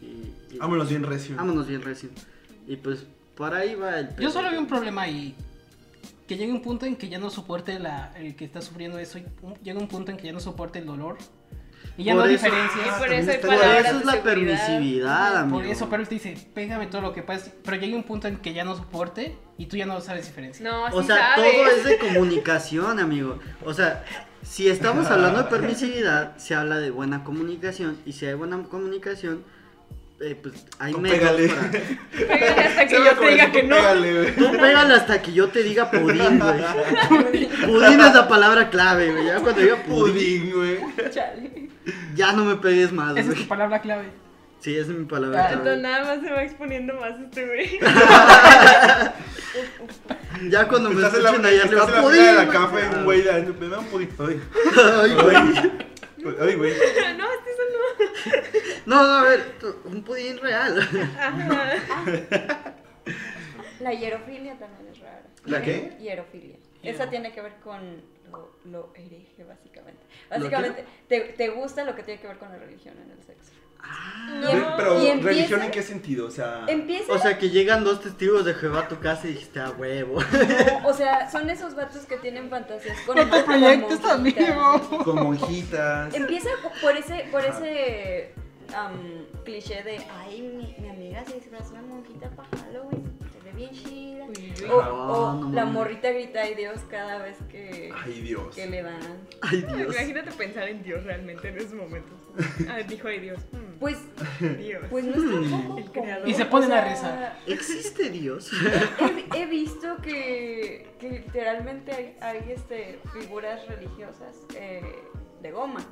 Y, y-
Vámonos bien recio.
vámonos bien recién. Y pues por ahí va el...
Yo solo
vi
veo un problema ahí. Que llegue un punto en que ya no soporte la, el que está sufriendo eso. y un- Llega un punto en que ya no soporte el dolor. Y ya
Por
no
eso-
diferencia.
Y
Ah,
por
también
eso hay
está-
Por
palabras
eso
de
es la
seguridad.
permisividad, amigo.
Por eso, pero él te dice, pégame todo lo que pase. Pero llega un punto en que ya no soporte y tú ya no sabes diferencia.
No,
O
sí
sea,
sabes.
todo es de comunicación, amigo. O sea, si estamos hablando de permisividad, se habla de buena comunicación. Y si hay buena comunicación, eh, pues hay
Tú
medios
pégale.
para-
Pégale hasta que
Se
yo
habla
te diga
como
que
si
no.
tú pégale, güey.
Tú pégale hasta que yo te diga pudín, güey. Pudín es la palabra clave, güey. Ya cuando diga pudín,
Pudín, güey.
Chale.
ya no me pegues más,
Esa es tu
güey.
palabra clave.
Sí, esa es mi
Ah,
palabra
Entonces
clave.
nada más se va exponiendo más este güey.
Ya cuando me
Estás en la,
escuchen allá
estás
arriba,
en la
pudín.
fila de la
güey". Ah.
café, un güey. da- Me da un pudín. Ay,
Ay, güey.
güey. Ay, güey.
no, este es un
No, no, a ver, un pudín real.
Ajá.
La hierofilia también es rara.
¿La qué?
Hierofilia.
Hiero.
Esa tiene que ver con lo, lo hereje, básicamente.
qué?
Básicamente, te, te gusta lo que tiene que ver con la religión en el sexo.
Güey, Pero,
y empieza-
¿religión en qué sentido? Ah. O sea.
Empieza
O sea, que llegan dos testigos de Jehová a tu casa y dijiste, a huevo.
No, o sea, son esos vatos que tienen fantasías con
No te
con
proyectes,
monjitas.
amigo.
Con monjitas.
Empieza por ese, por ese am, cliché de ay, mi, mi amiga se disfrazó de monjita para Halloween, se ve bien chida. O, o
Ah, no
la
mames.
morrita grita ay Dios cada vez que,
Ay, Dios.
que le dan.
Ay, Dios.
Imagínate pensar en Dios realmente en esos momentos. Ah, dijo ay Dios. Mm,
Pues,
Dios.
pues no es tampoco.
El
como-
creador.
Y se
o
ponen a
sea,
rezar.
¿Existe Dios?
He, he visto que, que literalmente hay, hay, este, figuras religiosas eh, de goma.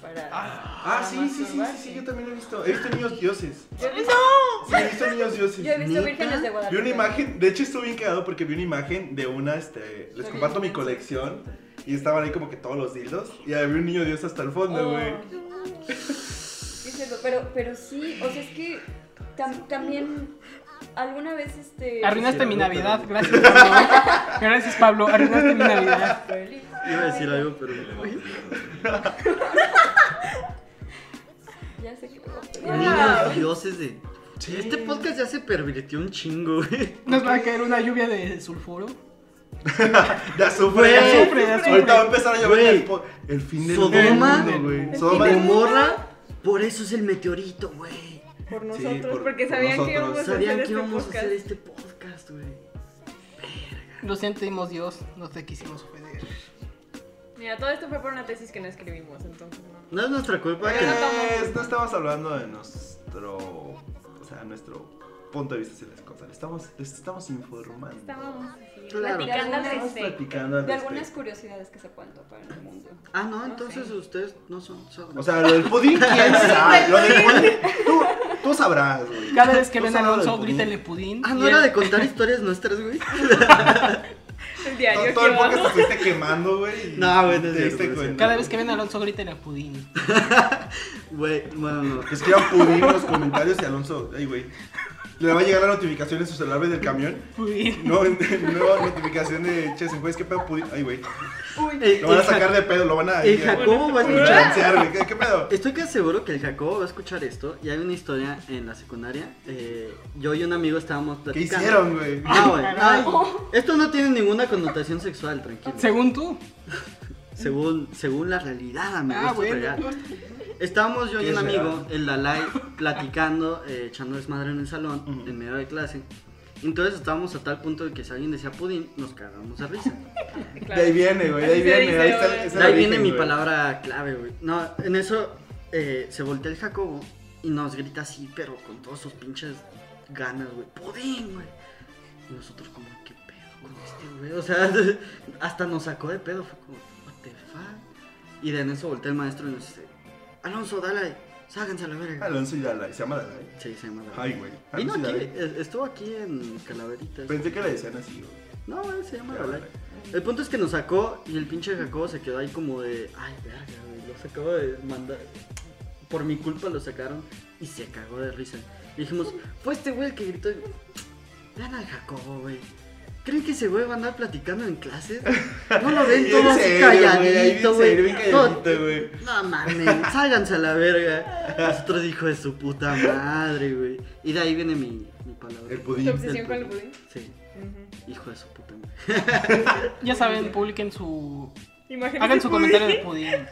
Para,
Ah, sí, sí, sí, sí, sí, yo también lo he visto. He visto niños dioses.
Yo he visto,
Sí, he visto niños dioses.
yo he visto
¿Neta?
vírgenes de
Vi
Guadalupe.
una imagen, de hecho estuve bien quedado porque vi una imagen de una, este, les
Soy
comparto mi
bien
colección y estaban ahí como que todos los dildos y había un niño dios hasta el fondo,
Oh.
güey.
Díselo, pero, pero sí, o sea, es que tam- también alguna vez este.
Arruinaste
sí,
mi
no, pero-
Navidad. Gracias, Pablo. Gracias, Pablo. Arruinaste mi Navidad.
Feliz.
Iba a decir algo, pero me voy.
Ya sé que lo voy a pegar.
Niños dioses de...
Sí.
Este podcast ya se pervirtió un chingo, güey.
Nos va a caer una lluvia de sulfuro.
Ya sufre,
Güey.
ya
Sufre,
sufre.
ya sufre.
Ahorita va a empezar a llover
Güey.
el, po- el fin del
Sodoma.
mundo, güey.
El
Sodoma.
Y Gomorra, por eso es el meteorito, güey.
Por
Sí,
nosotros,
por-
porque
por
sabían que
nosotros.
íbamos a hacer
Sabían que
este
íbamos a
podcast.
hacer este podcast, güey.
Lo sentimos, Dios. No te quisimos ofender.
Mira, todo esto fue por una tesis que no escribimos, entonces no.
No es nuestra culpa que...
Pues, no estamos hablando de nuestro, o sea, nuestro punto de vista hacia las cosas. Le estamos, les estamos informando.
Estábamos así,
Claro. Este.
platicando al
Estamos
respecto.
platicando al
este, De algunas
respecto.
curiosidades que se pueden topar en el mundo.
Ah, no,
No
entonces
sé.
ustedes no son... son-
O sea, lo del pudín, quién sabe. Lo del pudín, tú, tú sabrás, güey.
Cada vez que
Tú
ven a
sabrás lo del
Alonso,
pudín.
grítale pudín.
Ah,
y
¿no era
él-
de contar historias nuestras, güey?
El
Todo,
diario
todo el
que
podcast te
vamos.
estuviste quemando, güey. y
No, güey, no es
te diste
cierto, no es
cuenta.
Cada vez que ven a Alonso, grítale pudín.
Güey, bueno, no.
Que escriban pudín en los comentarios y Alonso, ay, güey. Le va a llegar la notificación en su celular güey, del camión.
Pudín.
No, nueva notificación de Che, se fue, es que pedo pudín. Ay, güey.
Eh,
Lo van a
el Ja-
sacar de pedo, lo van a.
El Jacobo va a escuchar...
chancear, güey. ¿Qué, qué pedo?
Estoy casi seguro que el Jacobo va a escuchar esto. Y hay una historia en la secundaria. eh, yo y un amigo estábamos
¿Qué
platicando.
hicieron, güey?
Ah, güey.
Caray.
ay, esto no tiene ninguna connotación sexual, tranquilo.
Según tú.
según, según la realidad, amigo.
Ah,
esto es
bueno.
real. Estábamos yo y
¿Qué
un
es
amigo,
real?
el Dalai, platicando, eh, echando desmadre en el salón,
Ujú.
en medio de clase. Entonces estábamos a tal punto de que si alguien decía pudín, nos cagamos a risa.
De ahí viene, güey. De ahí
Así se
viene. Ahí
dice,
está.
güey.
es
De
el
ahí
origen,
viene mi
güey.
palabra clave, güey. No, en eso eh, se voltea el Jacobo y nos grita así, pero con todas sus pinches ganas, güey. ¡Pudín, güey! Y nosotros como, ¿qué pedo con este, güey? O sea, hasta nos sacó de pedo. Fue como, what the fuck? Y de en eso voltea el maestro y nos dice, Alonso, dale, sáquense a la verga.
Alonso y Dalai. Se llama Dalai.
Sí, se llama. Dalai.
Ay, güey.
Vino
Alonso y
aquí,
Dalai.
eh, estuvo aquí en Calaveritas.
Pensé que le decían así, güey.
No, güey, se llama
Se llama
Dalai. El punto es que nos sacó y el pinche Jacobo se quedó ahí como de. Ay, verga, güey, los acabo de mandar. por mi culpa lo sacaron y se cagó de risa. Le dijimos, fue este güey el que gritó. Vean al Jacobo, güey. ¿Creen que ese güey va a andar platicando en clases? No lo ven todo
Bien
así
serio, güey, ahí bien
calladito, güey.
serio, bien
No,
calladito, güey.
no mames, sálganse a la verga. Nosotros hijo de su puta madre, güey. Y de ahí viene mi, mi palabra.
El
¿Tu
pudín.
obsesión con el pudín?
Sí,
Ujú.
hijo de su puta madre.
Ya saben, publiquen su.
Imágenes
Hagan
de
su
pudín.
comentario de pudín.
El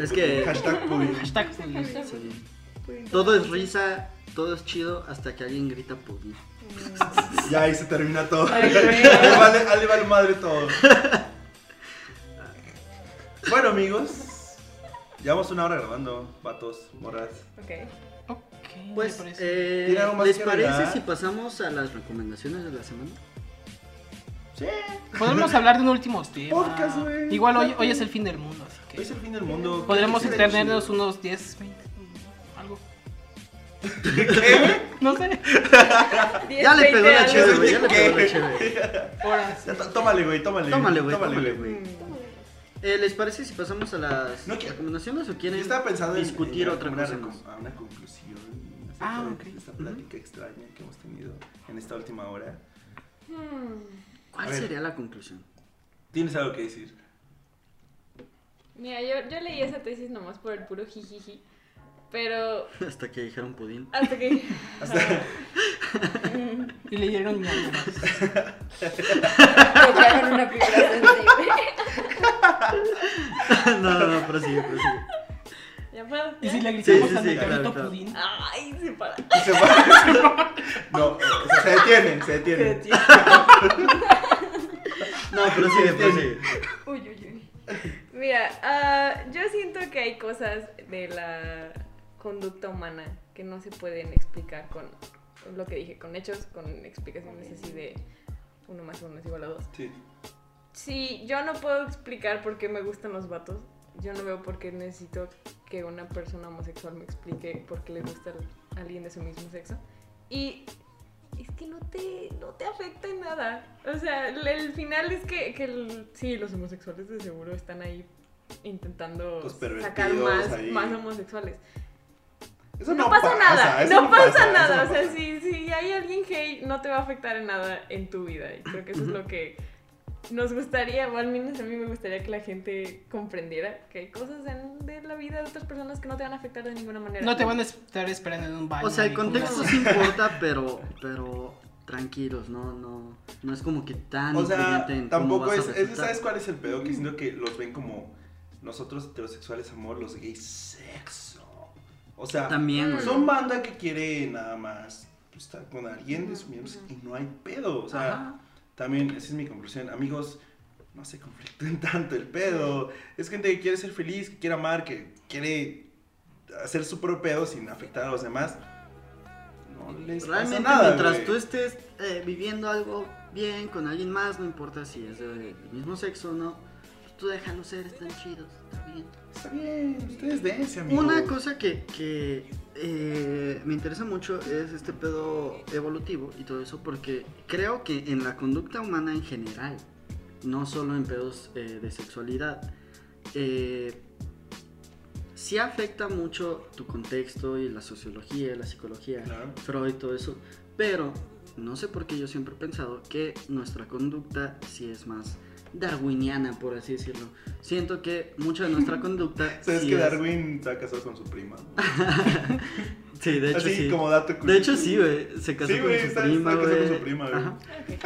Es
pudín,
que-
Hashtag pudín.
Hashtag pudín.
Sí.
Pues
Pudín.
Todo es risa, todo es chido hasta que alguien grita pudín.
Ya ahí se termina todo.
Ay, güey.
le, vale, ah, le vale madre todo. Bueno, amigos. Llevamos una hora grabando, patos, moras.
Ok.
Ok,
Pues,
me parece.
eh,
Tiene algo más
¿les
que
parece
agregar?
si pasamos a las recomendaciones de la semana?
Sí.
Podemos hablar de un último tema.
Podcast, güey.
Igual hoy, hoy es el fin del mundo, así
Hoy es
que.
el fin del mundo.
Podremos
¿Qué será
entretenernos
chido?
unos 10, 20, mm, algo.
¿Qué?
No sé.
Diez,
Ya le
veinte
pegó la
algo.
chévere, güey, ya le
¿Qué?
pegó la chévere.
Horas.
Ya, tó- Tómale, güey, tómale.
Tómale, güey, tómale,
güey.
güey. Eh, ¿Les parece si pasamos a las
No, que-
recomendaciones o
Yo
quieren
estaba pensando en
discutir
en
otra
una,
cosa?
recom- a una conclusión
Ah,
acerca de
ok.
esta plática extraña que hemos tenido en esta última hora.
Hmm.
A
¿Cuál
ver.
sería la conclusión?
¿Tienes algo que decir?
Mira, yo, yo leí esa tesis nomás por el puro jijiji. Pero
Hasta que dijeron pudín.
hasta que.
Y leyeron mi alma.
Tocaron una fibra sensible.
no, no, no, prosigue, prosigue.
ya puedo.
Y
¿Ya?
si le gritamos
Sí, sí,
a
sí,
mi carrito
claro, claro.
pudín.
Ay, se para.
Y se va. no, o sea, se detienen, se detienen.
No, prosigue,
Sí,
prosigue.
Uy, uy, uy.
Mira, ah, yo siento que hay cosas de la conducta humana que no se pueden explicar con con lo que dije, con hechos, con explicaciones así de uno más uno es igual a dos.
Sí.
Si yo no puedo explicar por qué me gustan los vatos, yo no veo por qué necesito que una persona homosexual me explique por qué le gusta a alguien de su mismo sexo. Y es que no te, no te afecta en nada. O sea, el, el final es que, que el- sí, los homosexuales de seguro están ahí intentando
Los
sacar
Pues, pervertidos
más,
ahí.
más homosexuales.
Eso
No, pasa, nada,
eso
no, pasa,
eso
nada.
no
o sea,
pasa.
si, si hay alguien gay, no te va a afectar en nada en tu vida. Y creo que eso es lo que nos gustaría, o al menos a mí me gustaría que la gente comprendiera que hay cosas en- de la vida de otras personas que no te van a afectar de ninguna manera.
No te van a estar esperando en un baño.
O sea, el
ahí con
contexto
una-
sí importa, pero, pero tranquilos, no, no, no es como que tan
O sea,
influyente en cómo
tampoco
vas a
es, es-
resultar.
¿Sabes cuál es el pedo? Que siento que los ven como nosotros heterosexuales, amor, los gays, sexo. O sea,
También, güey.
Pues, son banda que quiere nada más pues, estar con alguien de su mismo sexo y no hay pedo. O sea,
Ajá.
También, esa es mi conclusión. Amigos, no se conflictúen tanto el pedo. Es gente que quiere ser feliz, que quiere amar, que quiere hacer su propio pedo sin afectar a los demás. No les
Pues Realmente
pasa nada.
mientras
güey.
tú estés eh, viviendo algo bien con alguien más, no importa si es de- del mismo sexo o no, pues tú déjalo ser, están chidos, está bien.
Está bien, ustedes dense, amigos.
Una cosa que, que, eh, me interesa mucho es este pedo evolutivo y todo eso, porque creo que en la conducta humana en general, no solo en pedos eh, de sexualidad, eh, sí afecta mucho tu contexto y la sociología, la psicología,
Claro.
Freud, todo eso, pero no sé por qué yo siempre he pensado que nuestra conducta sí es más darwiniana, por así decirlo. Siento que mucha de nuestra conducta...
¿Sabes
sí
que
es-
Darwin se ha casado con su prima?
Sí, de hecho
Así
sí.
como dato curioso.
De hecho sí, güey. Se casó
Sí,
con
güey,
su
está-
prima,
está casado
güey.
con su prima, güey.
Ajá.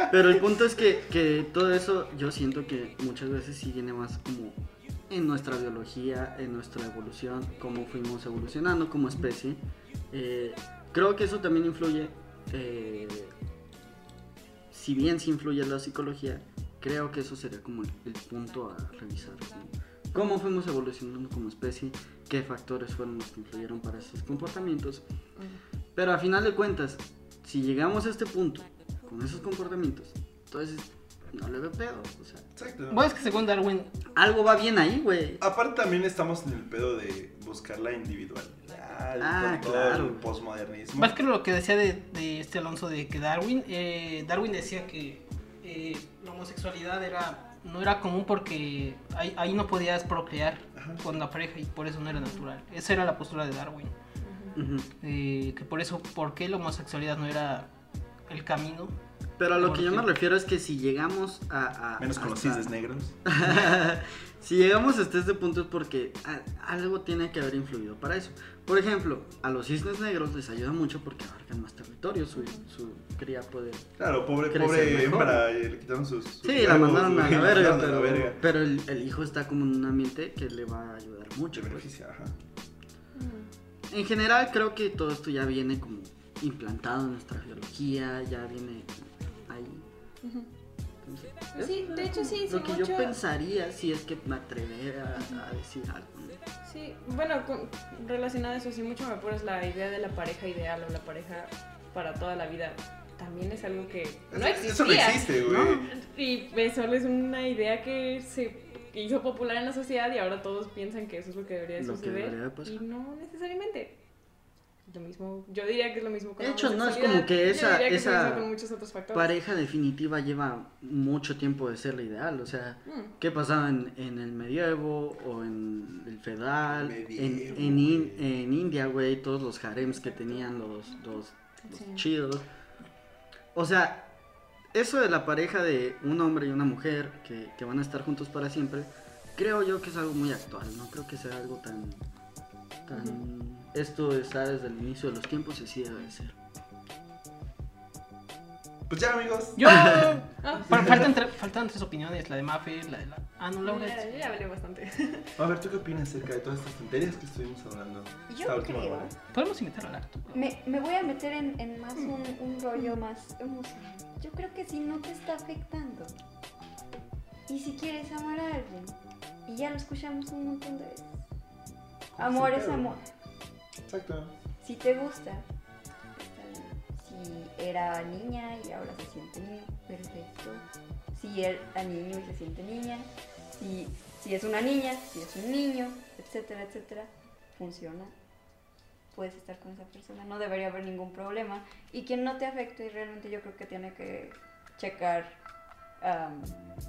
Ok.
Pero el punto es que, que todo eso yo siento que muchas veces sí viene más como en nuestra biología, en nuestra evolución, cómo fuimos evolucionando como especie. Eh, creo que eso también influye, eh, si bien sí influye la psicología, creo que eso sería como el, el punto a revisar. como Cómo fuimos evolucionando como especie, qué factores fueron los que influyeron para esos comportamientos. Pero a final de cuentas, si llegamos a este punto con esos comportamientos, entonces no le veo pedo. O sea,
Exacto.
Bueno, es que según Darwin,
algo va bien ahí, güey.
Aparte también estamos en el pedo de buscar la individualidad,
Ah,
con todo
claro.
el posmodernismo.
Más que lo que decía de, de este Alonso de que Darwin, eh, Darwin decía que eh, la homosexualidad era no era común porque ahí, ahí no podías procrear. con la pareja y por eso no era natural. Esa era la postura de Darwin.
Ujú.
Eh, que por eso, ¿por qué la homosexualidad no era el camino?
Pero a lo que yo me
Porque-
refiero es que si llegamos a... a-
Menos con los
hasta-
cisnes negros.
si llegamos hasta este punto es porque a- algo tiene que haber influido para eso. Por ejemplo, a los cisnes negros les ayuda mucho porque abarcan más territorio, su, su cría puede...
Claro, pobre,
Crecer
pobre
mejor.
hembra, eh, le quitaron sus. sus
Sí, la
huevos,
mandaron a
güey,
la verga,
mandaron a la
pero,
verga.
pero el, el hijo está como en un ambiente que le va a ayudar
Mucho
mucho. pues.
beneficio, ajá.
En general creo que todo esto ya viene como implantado en nuestra biología, ya viene ahí. Entonces, es
Sí, de hecho sí, sí,
Lo que yo
mucho-
pensaría si es que me atrevería a, a decir algo. ¿no?
Sí, bueno, con- relacionado a eso, sí, mucho me acuerdo es la idea de la pareja ideal o la pareja para toda la vida. También es algo que no existía.
Eso no existe, güey.
Y pues, solo es una idea que se hizo popular en la sociedad y ahora todos piensan que eso es lo que debería de
Lo que
suceder.
debería de pasar.
Y no necesariamente. Lo mismo, yo diría que es lo mismo con
De
la
hecho, no es
homosexualidad.
como que
Yo
esa-
diría que es lo
esa
mismo con muchos otros factores.
Pareja definitiva lleva mucho tiempo de ser la ideal, o sea,
Mm.
¿qué pasaba en, en el medievo o en el feudal?
Medievo,
en, en, in-
güey.
en India, güey, todos los harems que tenían los, los, los
Sí.
chidos. O sea, eso de la pareja de un hombre y una mujer que, que van a estar juntos para siempre, creo yo que es algo muy actual, no creo que sea algo tan... tan... Esto está desde el inicio de los tiempos y así debe de ser.
Pues ya, amigos.
Yo.
Ah,
Fa- faltan, tre- faltan tres opiniones: la de Mafe, la de la. Ah, no, Laura.
ya, ya hablé bastante.
A ver, ¿tú qué opinas acerca de todas estas tonterías que estuvimos hablando?
Yo
esta última
creo-
hora?
Podemos invitar a Lara. tú, por favor?
Me, me voy a meter en, en más un, un rollo más emocional. Yo creo que si no te está afectando y si quieres amar a alguien, y ya lo escuchamos un montón de veces, amor
sin
es
pedo.
amor.
Exacto.
Si te gusta, está bien. Si era niña y ahora se siente niño, perfecto. Si era niño y se siente niña, si, si es una niña, si es un niño, etcétera, etcétera, funciona. Puedes estar con esa persona, no debería haber ningún problema. Y quien no te afecte, realmente yo creo que tiene que checar am,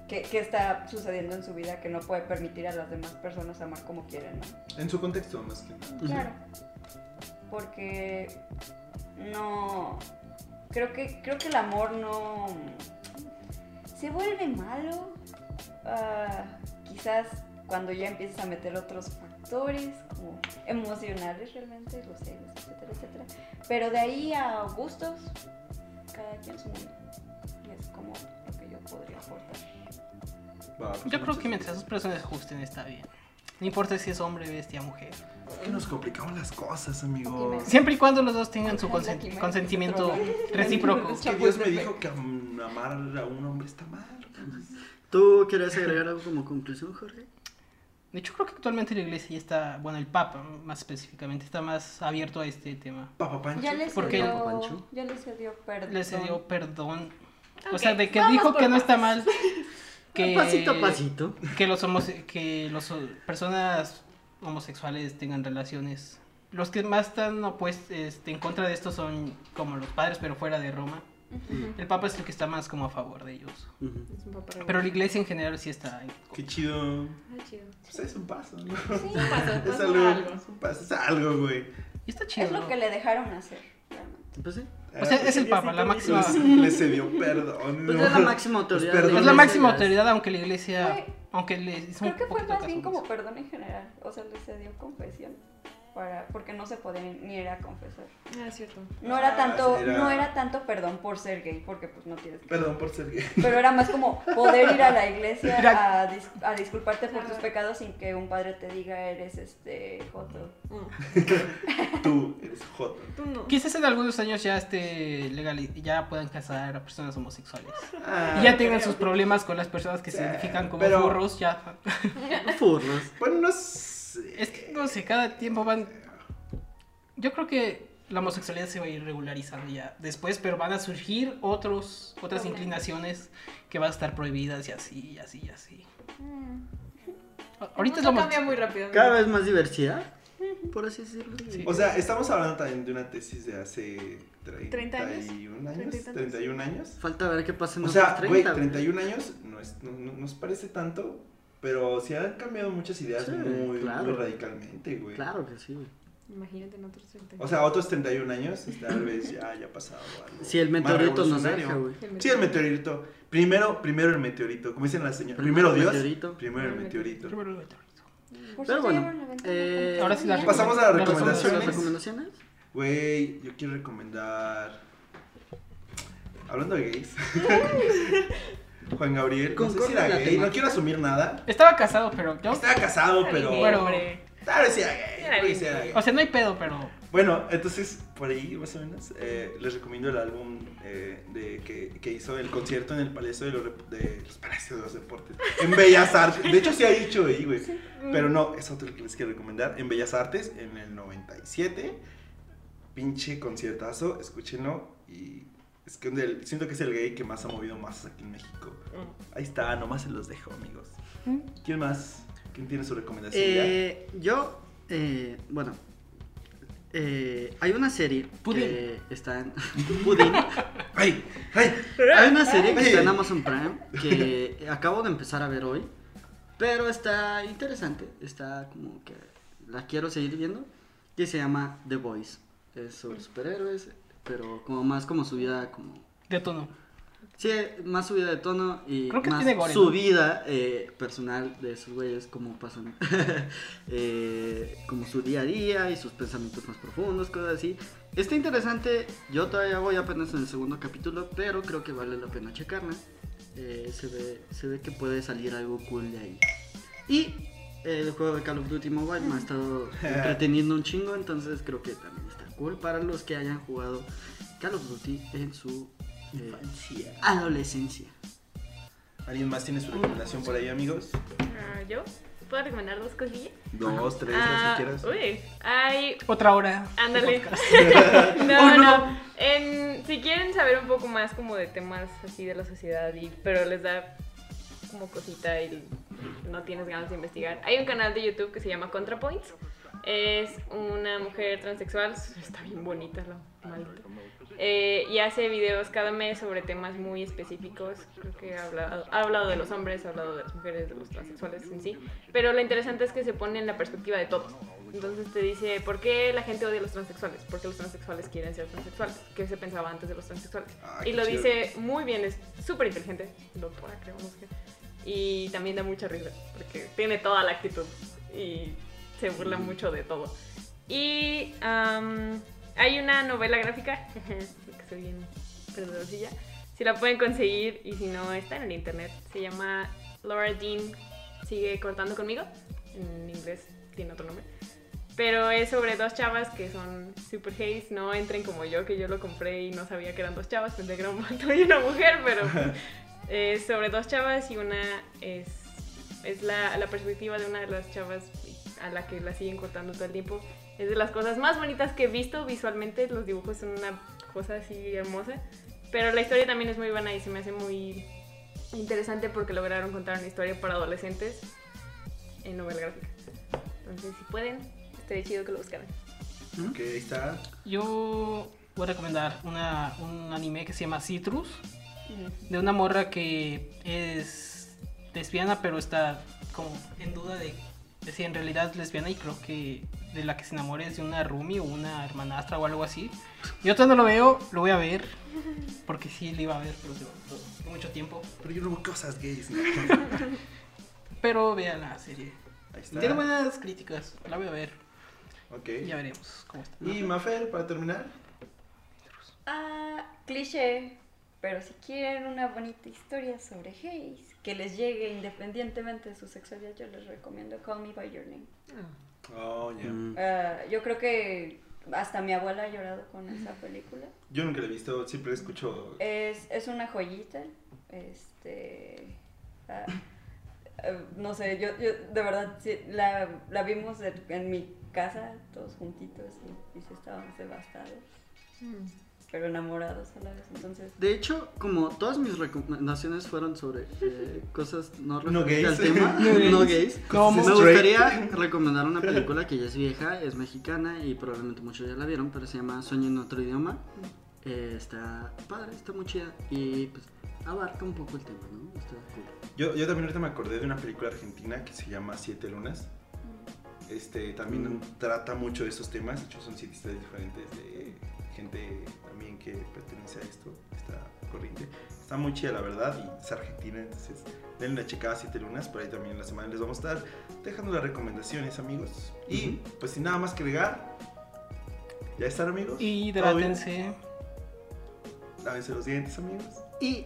qué, qué está sucediendo en su vida, que no puede permitir a las demás personas amar como quieren, ¿no?
En su contexto, más que nada.
Claro. Porque no. Creo que, creo que el amor no. Se vuelve malo. ah, quizás cuando ya empiezas a meter otros factores, como emocionales realmente, los celos, etcétera, etcétera. Pero de ahí a gustos, cada quien su mundo. Y es como lo que yo podría aportar.
Va, pues
Yo creo que
muchas-
mientras sus personas se ajusten está bien. No importa si es hombre, bestia, mujer.
Es que nos complicamos las cosas, amigos.
Ok,
Siempre y cuando los dos tengan su
Ojalá
consen-
que me-
consentimiento recíproco.
Es que Dios me dijo que am- amar a un hombre está mal.
¿Tú querías agregar algo como conclusión, Jorge?
De hecho, creo que actualmente la iglesia ya está, bueno, el Papa más específicamente, está más abierto a este tema.
Papá Pancho.
Ya les
¿Por qué?
dio,
Pancho.
ya les dio perdón.
Le cedió perdón. O
Ok,
sea, de que
vamos
dijo
por
que no
partes.
está mal que,
Ah,
Pasito a pasito.
que los homose- que los o- personas homosexuales tengan relaciones. Los que más están opues- este, en contra de esto son como los padres, pero fuera de Roma.
Ujú.
El Papa es el que está más como a favor de ellos.
Ujú.
Es un paparrón.
Pero la iglesia en general sí está. en
Qué chido.
Ah, chido.
Pues es un paso, ¿no?
Sí,
Paso,
Es
paso
algo,
algo.
es un paso, es algo, güey.
Y está chido.
es lo
¿no?
que le dejaron hacer. realmente.
Pues sí.
O
Eh,
sea,
Ah,
es el Papa, la máxima-
Les, les pues, cedió perdón.
Pues
¿no?
es la máxima autoridad.
Pues
de
Es la
Perdón.
máxima
iglesia.
autoridad, aunque la iglesia.
Fue-
aunque le hizo
Creo
un
que fue
poquito de
más
caso
bien
con
como
eso.
perdón en general. O sea, les se dio confesión. Para, porque no se podían ni ir a confesar.
Ah, es cierto.
No
Ah,
era tanto,
era-
no era tanto perdón por ser gay, porque pues no tienes que.
Perdón por ser gay.
Pero era más como poder ir a la iglesia
Ir
a, dis- a disculparte por tus
Ah.
pecados sin que un padre te diga eres este joto.
Mm.
Tú eres J.
Tú no.
Quizás en algunos años ya esté legal ya puedan casar a personas homosexuales.
Ah,
y ya tengan sus problemas con las personas que
Sí,
se identifican como
pero-
burros, ya.
Furros.
Bueno, no sé.
Es que no sé, cada tiempo van. Yo creo que la homosexualidad se va a ir regularizando ya después, pero van a surgir otros, otras
Problemas.
inclinaciones que van a estar prohibidas y así, y así, y así.
Mm.
A- Ahorita es
Mundo
lo más.
cambia muy rápido. ¿no?
Cada vez más diversidad, por así decirlo.
Sí.
O sea, estamos hablando también de una tesis de hace 31
30 años.
años.
30 y tantos.
31 años.
Falta ver qué pasa en
O
otros
sea, güey,
30, güey.
31 años no, es, no, no- nos parece tanto, Pero sí han cambiado muchas ideas
Sí,
muy,
claro.
muy radicalmente, güey.
Claro que sí, güey.
Imagínate en otros 30.
O sea, otros 31 años, pues, tal vez ya haya pasado algo.
Si el
más
meteorito nos
revolucionario.
deja, güey.
Sí, el meteorito. Primero, primero el meteorito. Como dicen las señoras.
Primero
Primero,
el
Dios.
meteorito.
Primero el meteorito.
Por
Pero
cierto,
bueno,
ya no la venden.
eh,
Ahora sí las
Pasamos a las
las
¿Las
recomendaciones.
recomendaciones?
Güey, yo quiero recomendar. Hablando de gays. Juan Gabriel, no sé si
Concorda
era
la
gay, no
temática.
quiero asumir nada.
Estaba casado, pero yo.
Estaba casado,
Está
pero.
bien,
Bueno.
hombre.
Tal vez sí era gay. tal
Era
vez
bien.
sí era gay.
O sea, no hay pedo, pero.
Bueno, entonces, por ahí más o menos, eh, les recomiendo el álbum eh, de, que, que hizo el concierto en el Palacio de los, Rep- de los Palacios de los Deportes. En Bellas Artes. De hecho, sí ha dicho ahí, güey. Pero no, es otro que les quiero recomendar. En Bellas Artes, en el 97. Pinche conciertazo, escúchenlo. Y es que del- siento que es el gay que más ha movido más aquí en México.
Mm.
Ahí está, nomás se los dejo, amigos. ¿Quién más? ¿Quién tiene su recomendación? ya?
Eh, yo, eh, bueno, eh, hay una serie
Pudín.
que está en Pudín.
¡Ay! ¡Ay!
Hay una serie que
Ay.
está en Amazon Prime que acabo de empezar a ver hoy, pero está interesante, está como que la quiero seguir viendo, que se llama The Voice. Es sobre superhéroes, pero como más como su vida como
De tono.
Sí, más subida de tono y
Creo que
más
tiene gore, ¿no?
subida eh, personal de esos güeyes, como pasan, eh, como su día a día y sus pensamientos más profundos, cosas así. Está interesante, yo todavía voy apenas en el segundo capítulo, pero creo que vale la pena checarla. Eh, se, ve, se ve que puede salir algo cool de ahí. Y eh, el juego de Call of Duty Mobile me ha estado entreteniendo un chingo, entonces creo que también está cool para los que hayan jugado Call of Duty en su... eh, Adolescencia.
¿Alguien más tiene su recomendación por ahí, amigos?
Ah, ¿Yo? ¿Puedo recomendar dos cosillas?
Dos, tres,
Ah,
las que quieras.
Uy, hay
Otra hora.
Ándale. no,
Oh, no.
no. En- si quieren saber un poco más como de temas así de la sociedad, y, pero les da como cosita y no tienes ganas de investigar, hay un canal de YouTube que se llama ContraPoints. Es una mujer transexual, está bien bonita la maldita. Eh, y hace videos cada mes sobre temas muy específicos. Creo que ha hablado, ha hablado de los hombres, ha hablado de las mujeres, de los transexuales en sí. Pero lo interesante es que se pone en la perspectiva de todos. Entonces te dice por qué la gente odia a los transexuales, por qué los transexuales quieren ser transexuales, qué se pensaba antes de los transexuales.
Ah,
y
qué
lo
chido.
dice muy bien, es súper inteligente, doctora, creo, no sé qué. Y también da mucha risa, porque tiene toda la actitud y se burla mucho de todo. Y am, hay una novela gráfica, que soy bien perdedorcilla, si la pueden conseguir y si no, está en el internet. Se llama Laura Dean Sigue Cortando Conmigo, en inglés tiene otro nombre. Pero es sobre dos chavas que son super gays, no entren como yo, que yo lo compré y no sabía que eran dos chavas, pensé que era un vato y una mujer, pero es sobre dos chavas y una es, es la, la perspectiva de una de las chavas a la que la siguen cortando todo el tiempo. Es de las cosas más bonitas que he visto visualmente, los dibujos son una cosa así hermosa, pero la historia también es muy buena y se me hace muy interesante porque lograron contar una historia para adolescentes en novela gráfica. Entonces, si pueden, estaría chido que lo buscaran.
Ok, ahí está.
Yo voy a recomendar una, un anime que se llama Citrus. De una morra que es lesbiana, pero está como en duda de, de si en realidad es lesbiana. Y creo que de la que se enamora es de una roomie o una hermanastra o algo así. Yo todavía no lo veo, lo voy a ver. Porque sí, lo iba a ver, pero se fue mucho tiempo.
Pero yo no veo cosas gays. ¿no?
Pero vean la serie.
Ahí está.
Tiene buenas críticas, la voy a ver.
Ok.
Ya veremos cómo está.
Y Mafer, para terminar.
Ah, cliché. Pero si quieren una bonita historia sobre gays que les llegue independientemente de su sexualidad, yo les recomiendo Call Me By Your Name.
Oh, ya.
Mm.
Ah, yo creo que hasta mi abuela ha llorado con esa película.
Yo nunca la he visto, siempre escucho.
Es, es una joyita. Este. ah, eh, no sé, yo, yo de verdad sí, la, la vimos en, en mi casa, todos juntitos, y, y sí estábamos devastados, pero enamorados a la vez. Entonces,
De hecho, como todas mis recomendaciones fueron sobre eh, cosas no
No
referentes
gays.
al tema,
No gays.
no gays,
¿Cómo?
me
Straight.
gustaría recomendar una película que ya es vieja, es mexicana y probablemente muchos ya la vieron, pero se llama Sueño en otro idioma.
Mm.
Eh, está padre, está muy chida y pues abarca un poco el tema, ¿no? Está cool.
Yo, yo también ahorita me acordé de una película argentina que se llama Siete Lunas. Este, también trata mucho de esos temas. De hecho, son siete historias diferentes de gente también que pertenece a esto, esta corriente. Está muy chida, la verdad, y es argentina, entonces denle una checada a Siete Lunas. Por ahí también en la semana les vamos a estar dejando las recomendaciones, amigos. Y pues sin nada más que agregar, ya están, amigos.
Hidrátense.
Lávense los dientes, amigos.
Y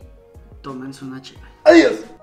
tómense una chela.
Adiós.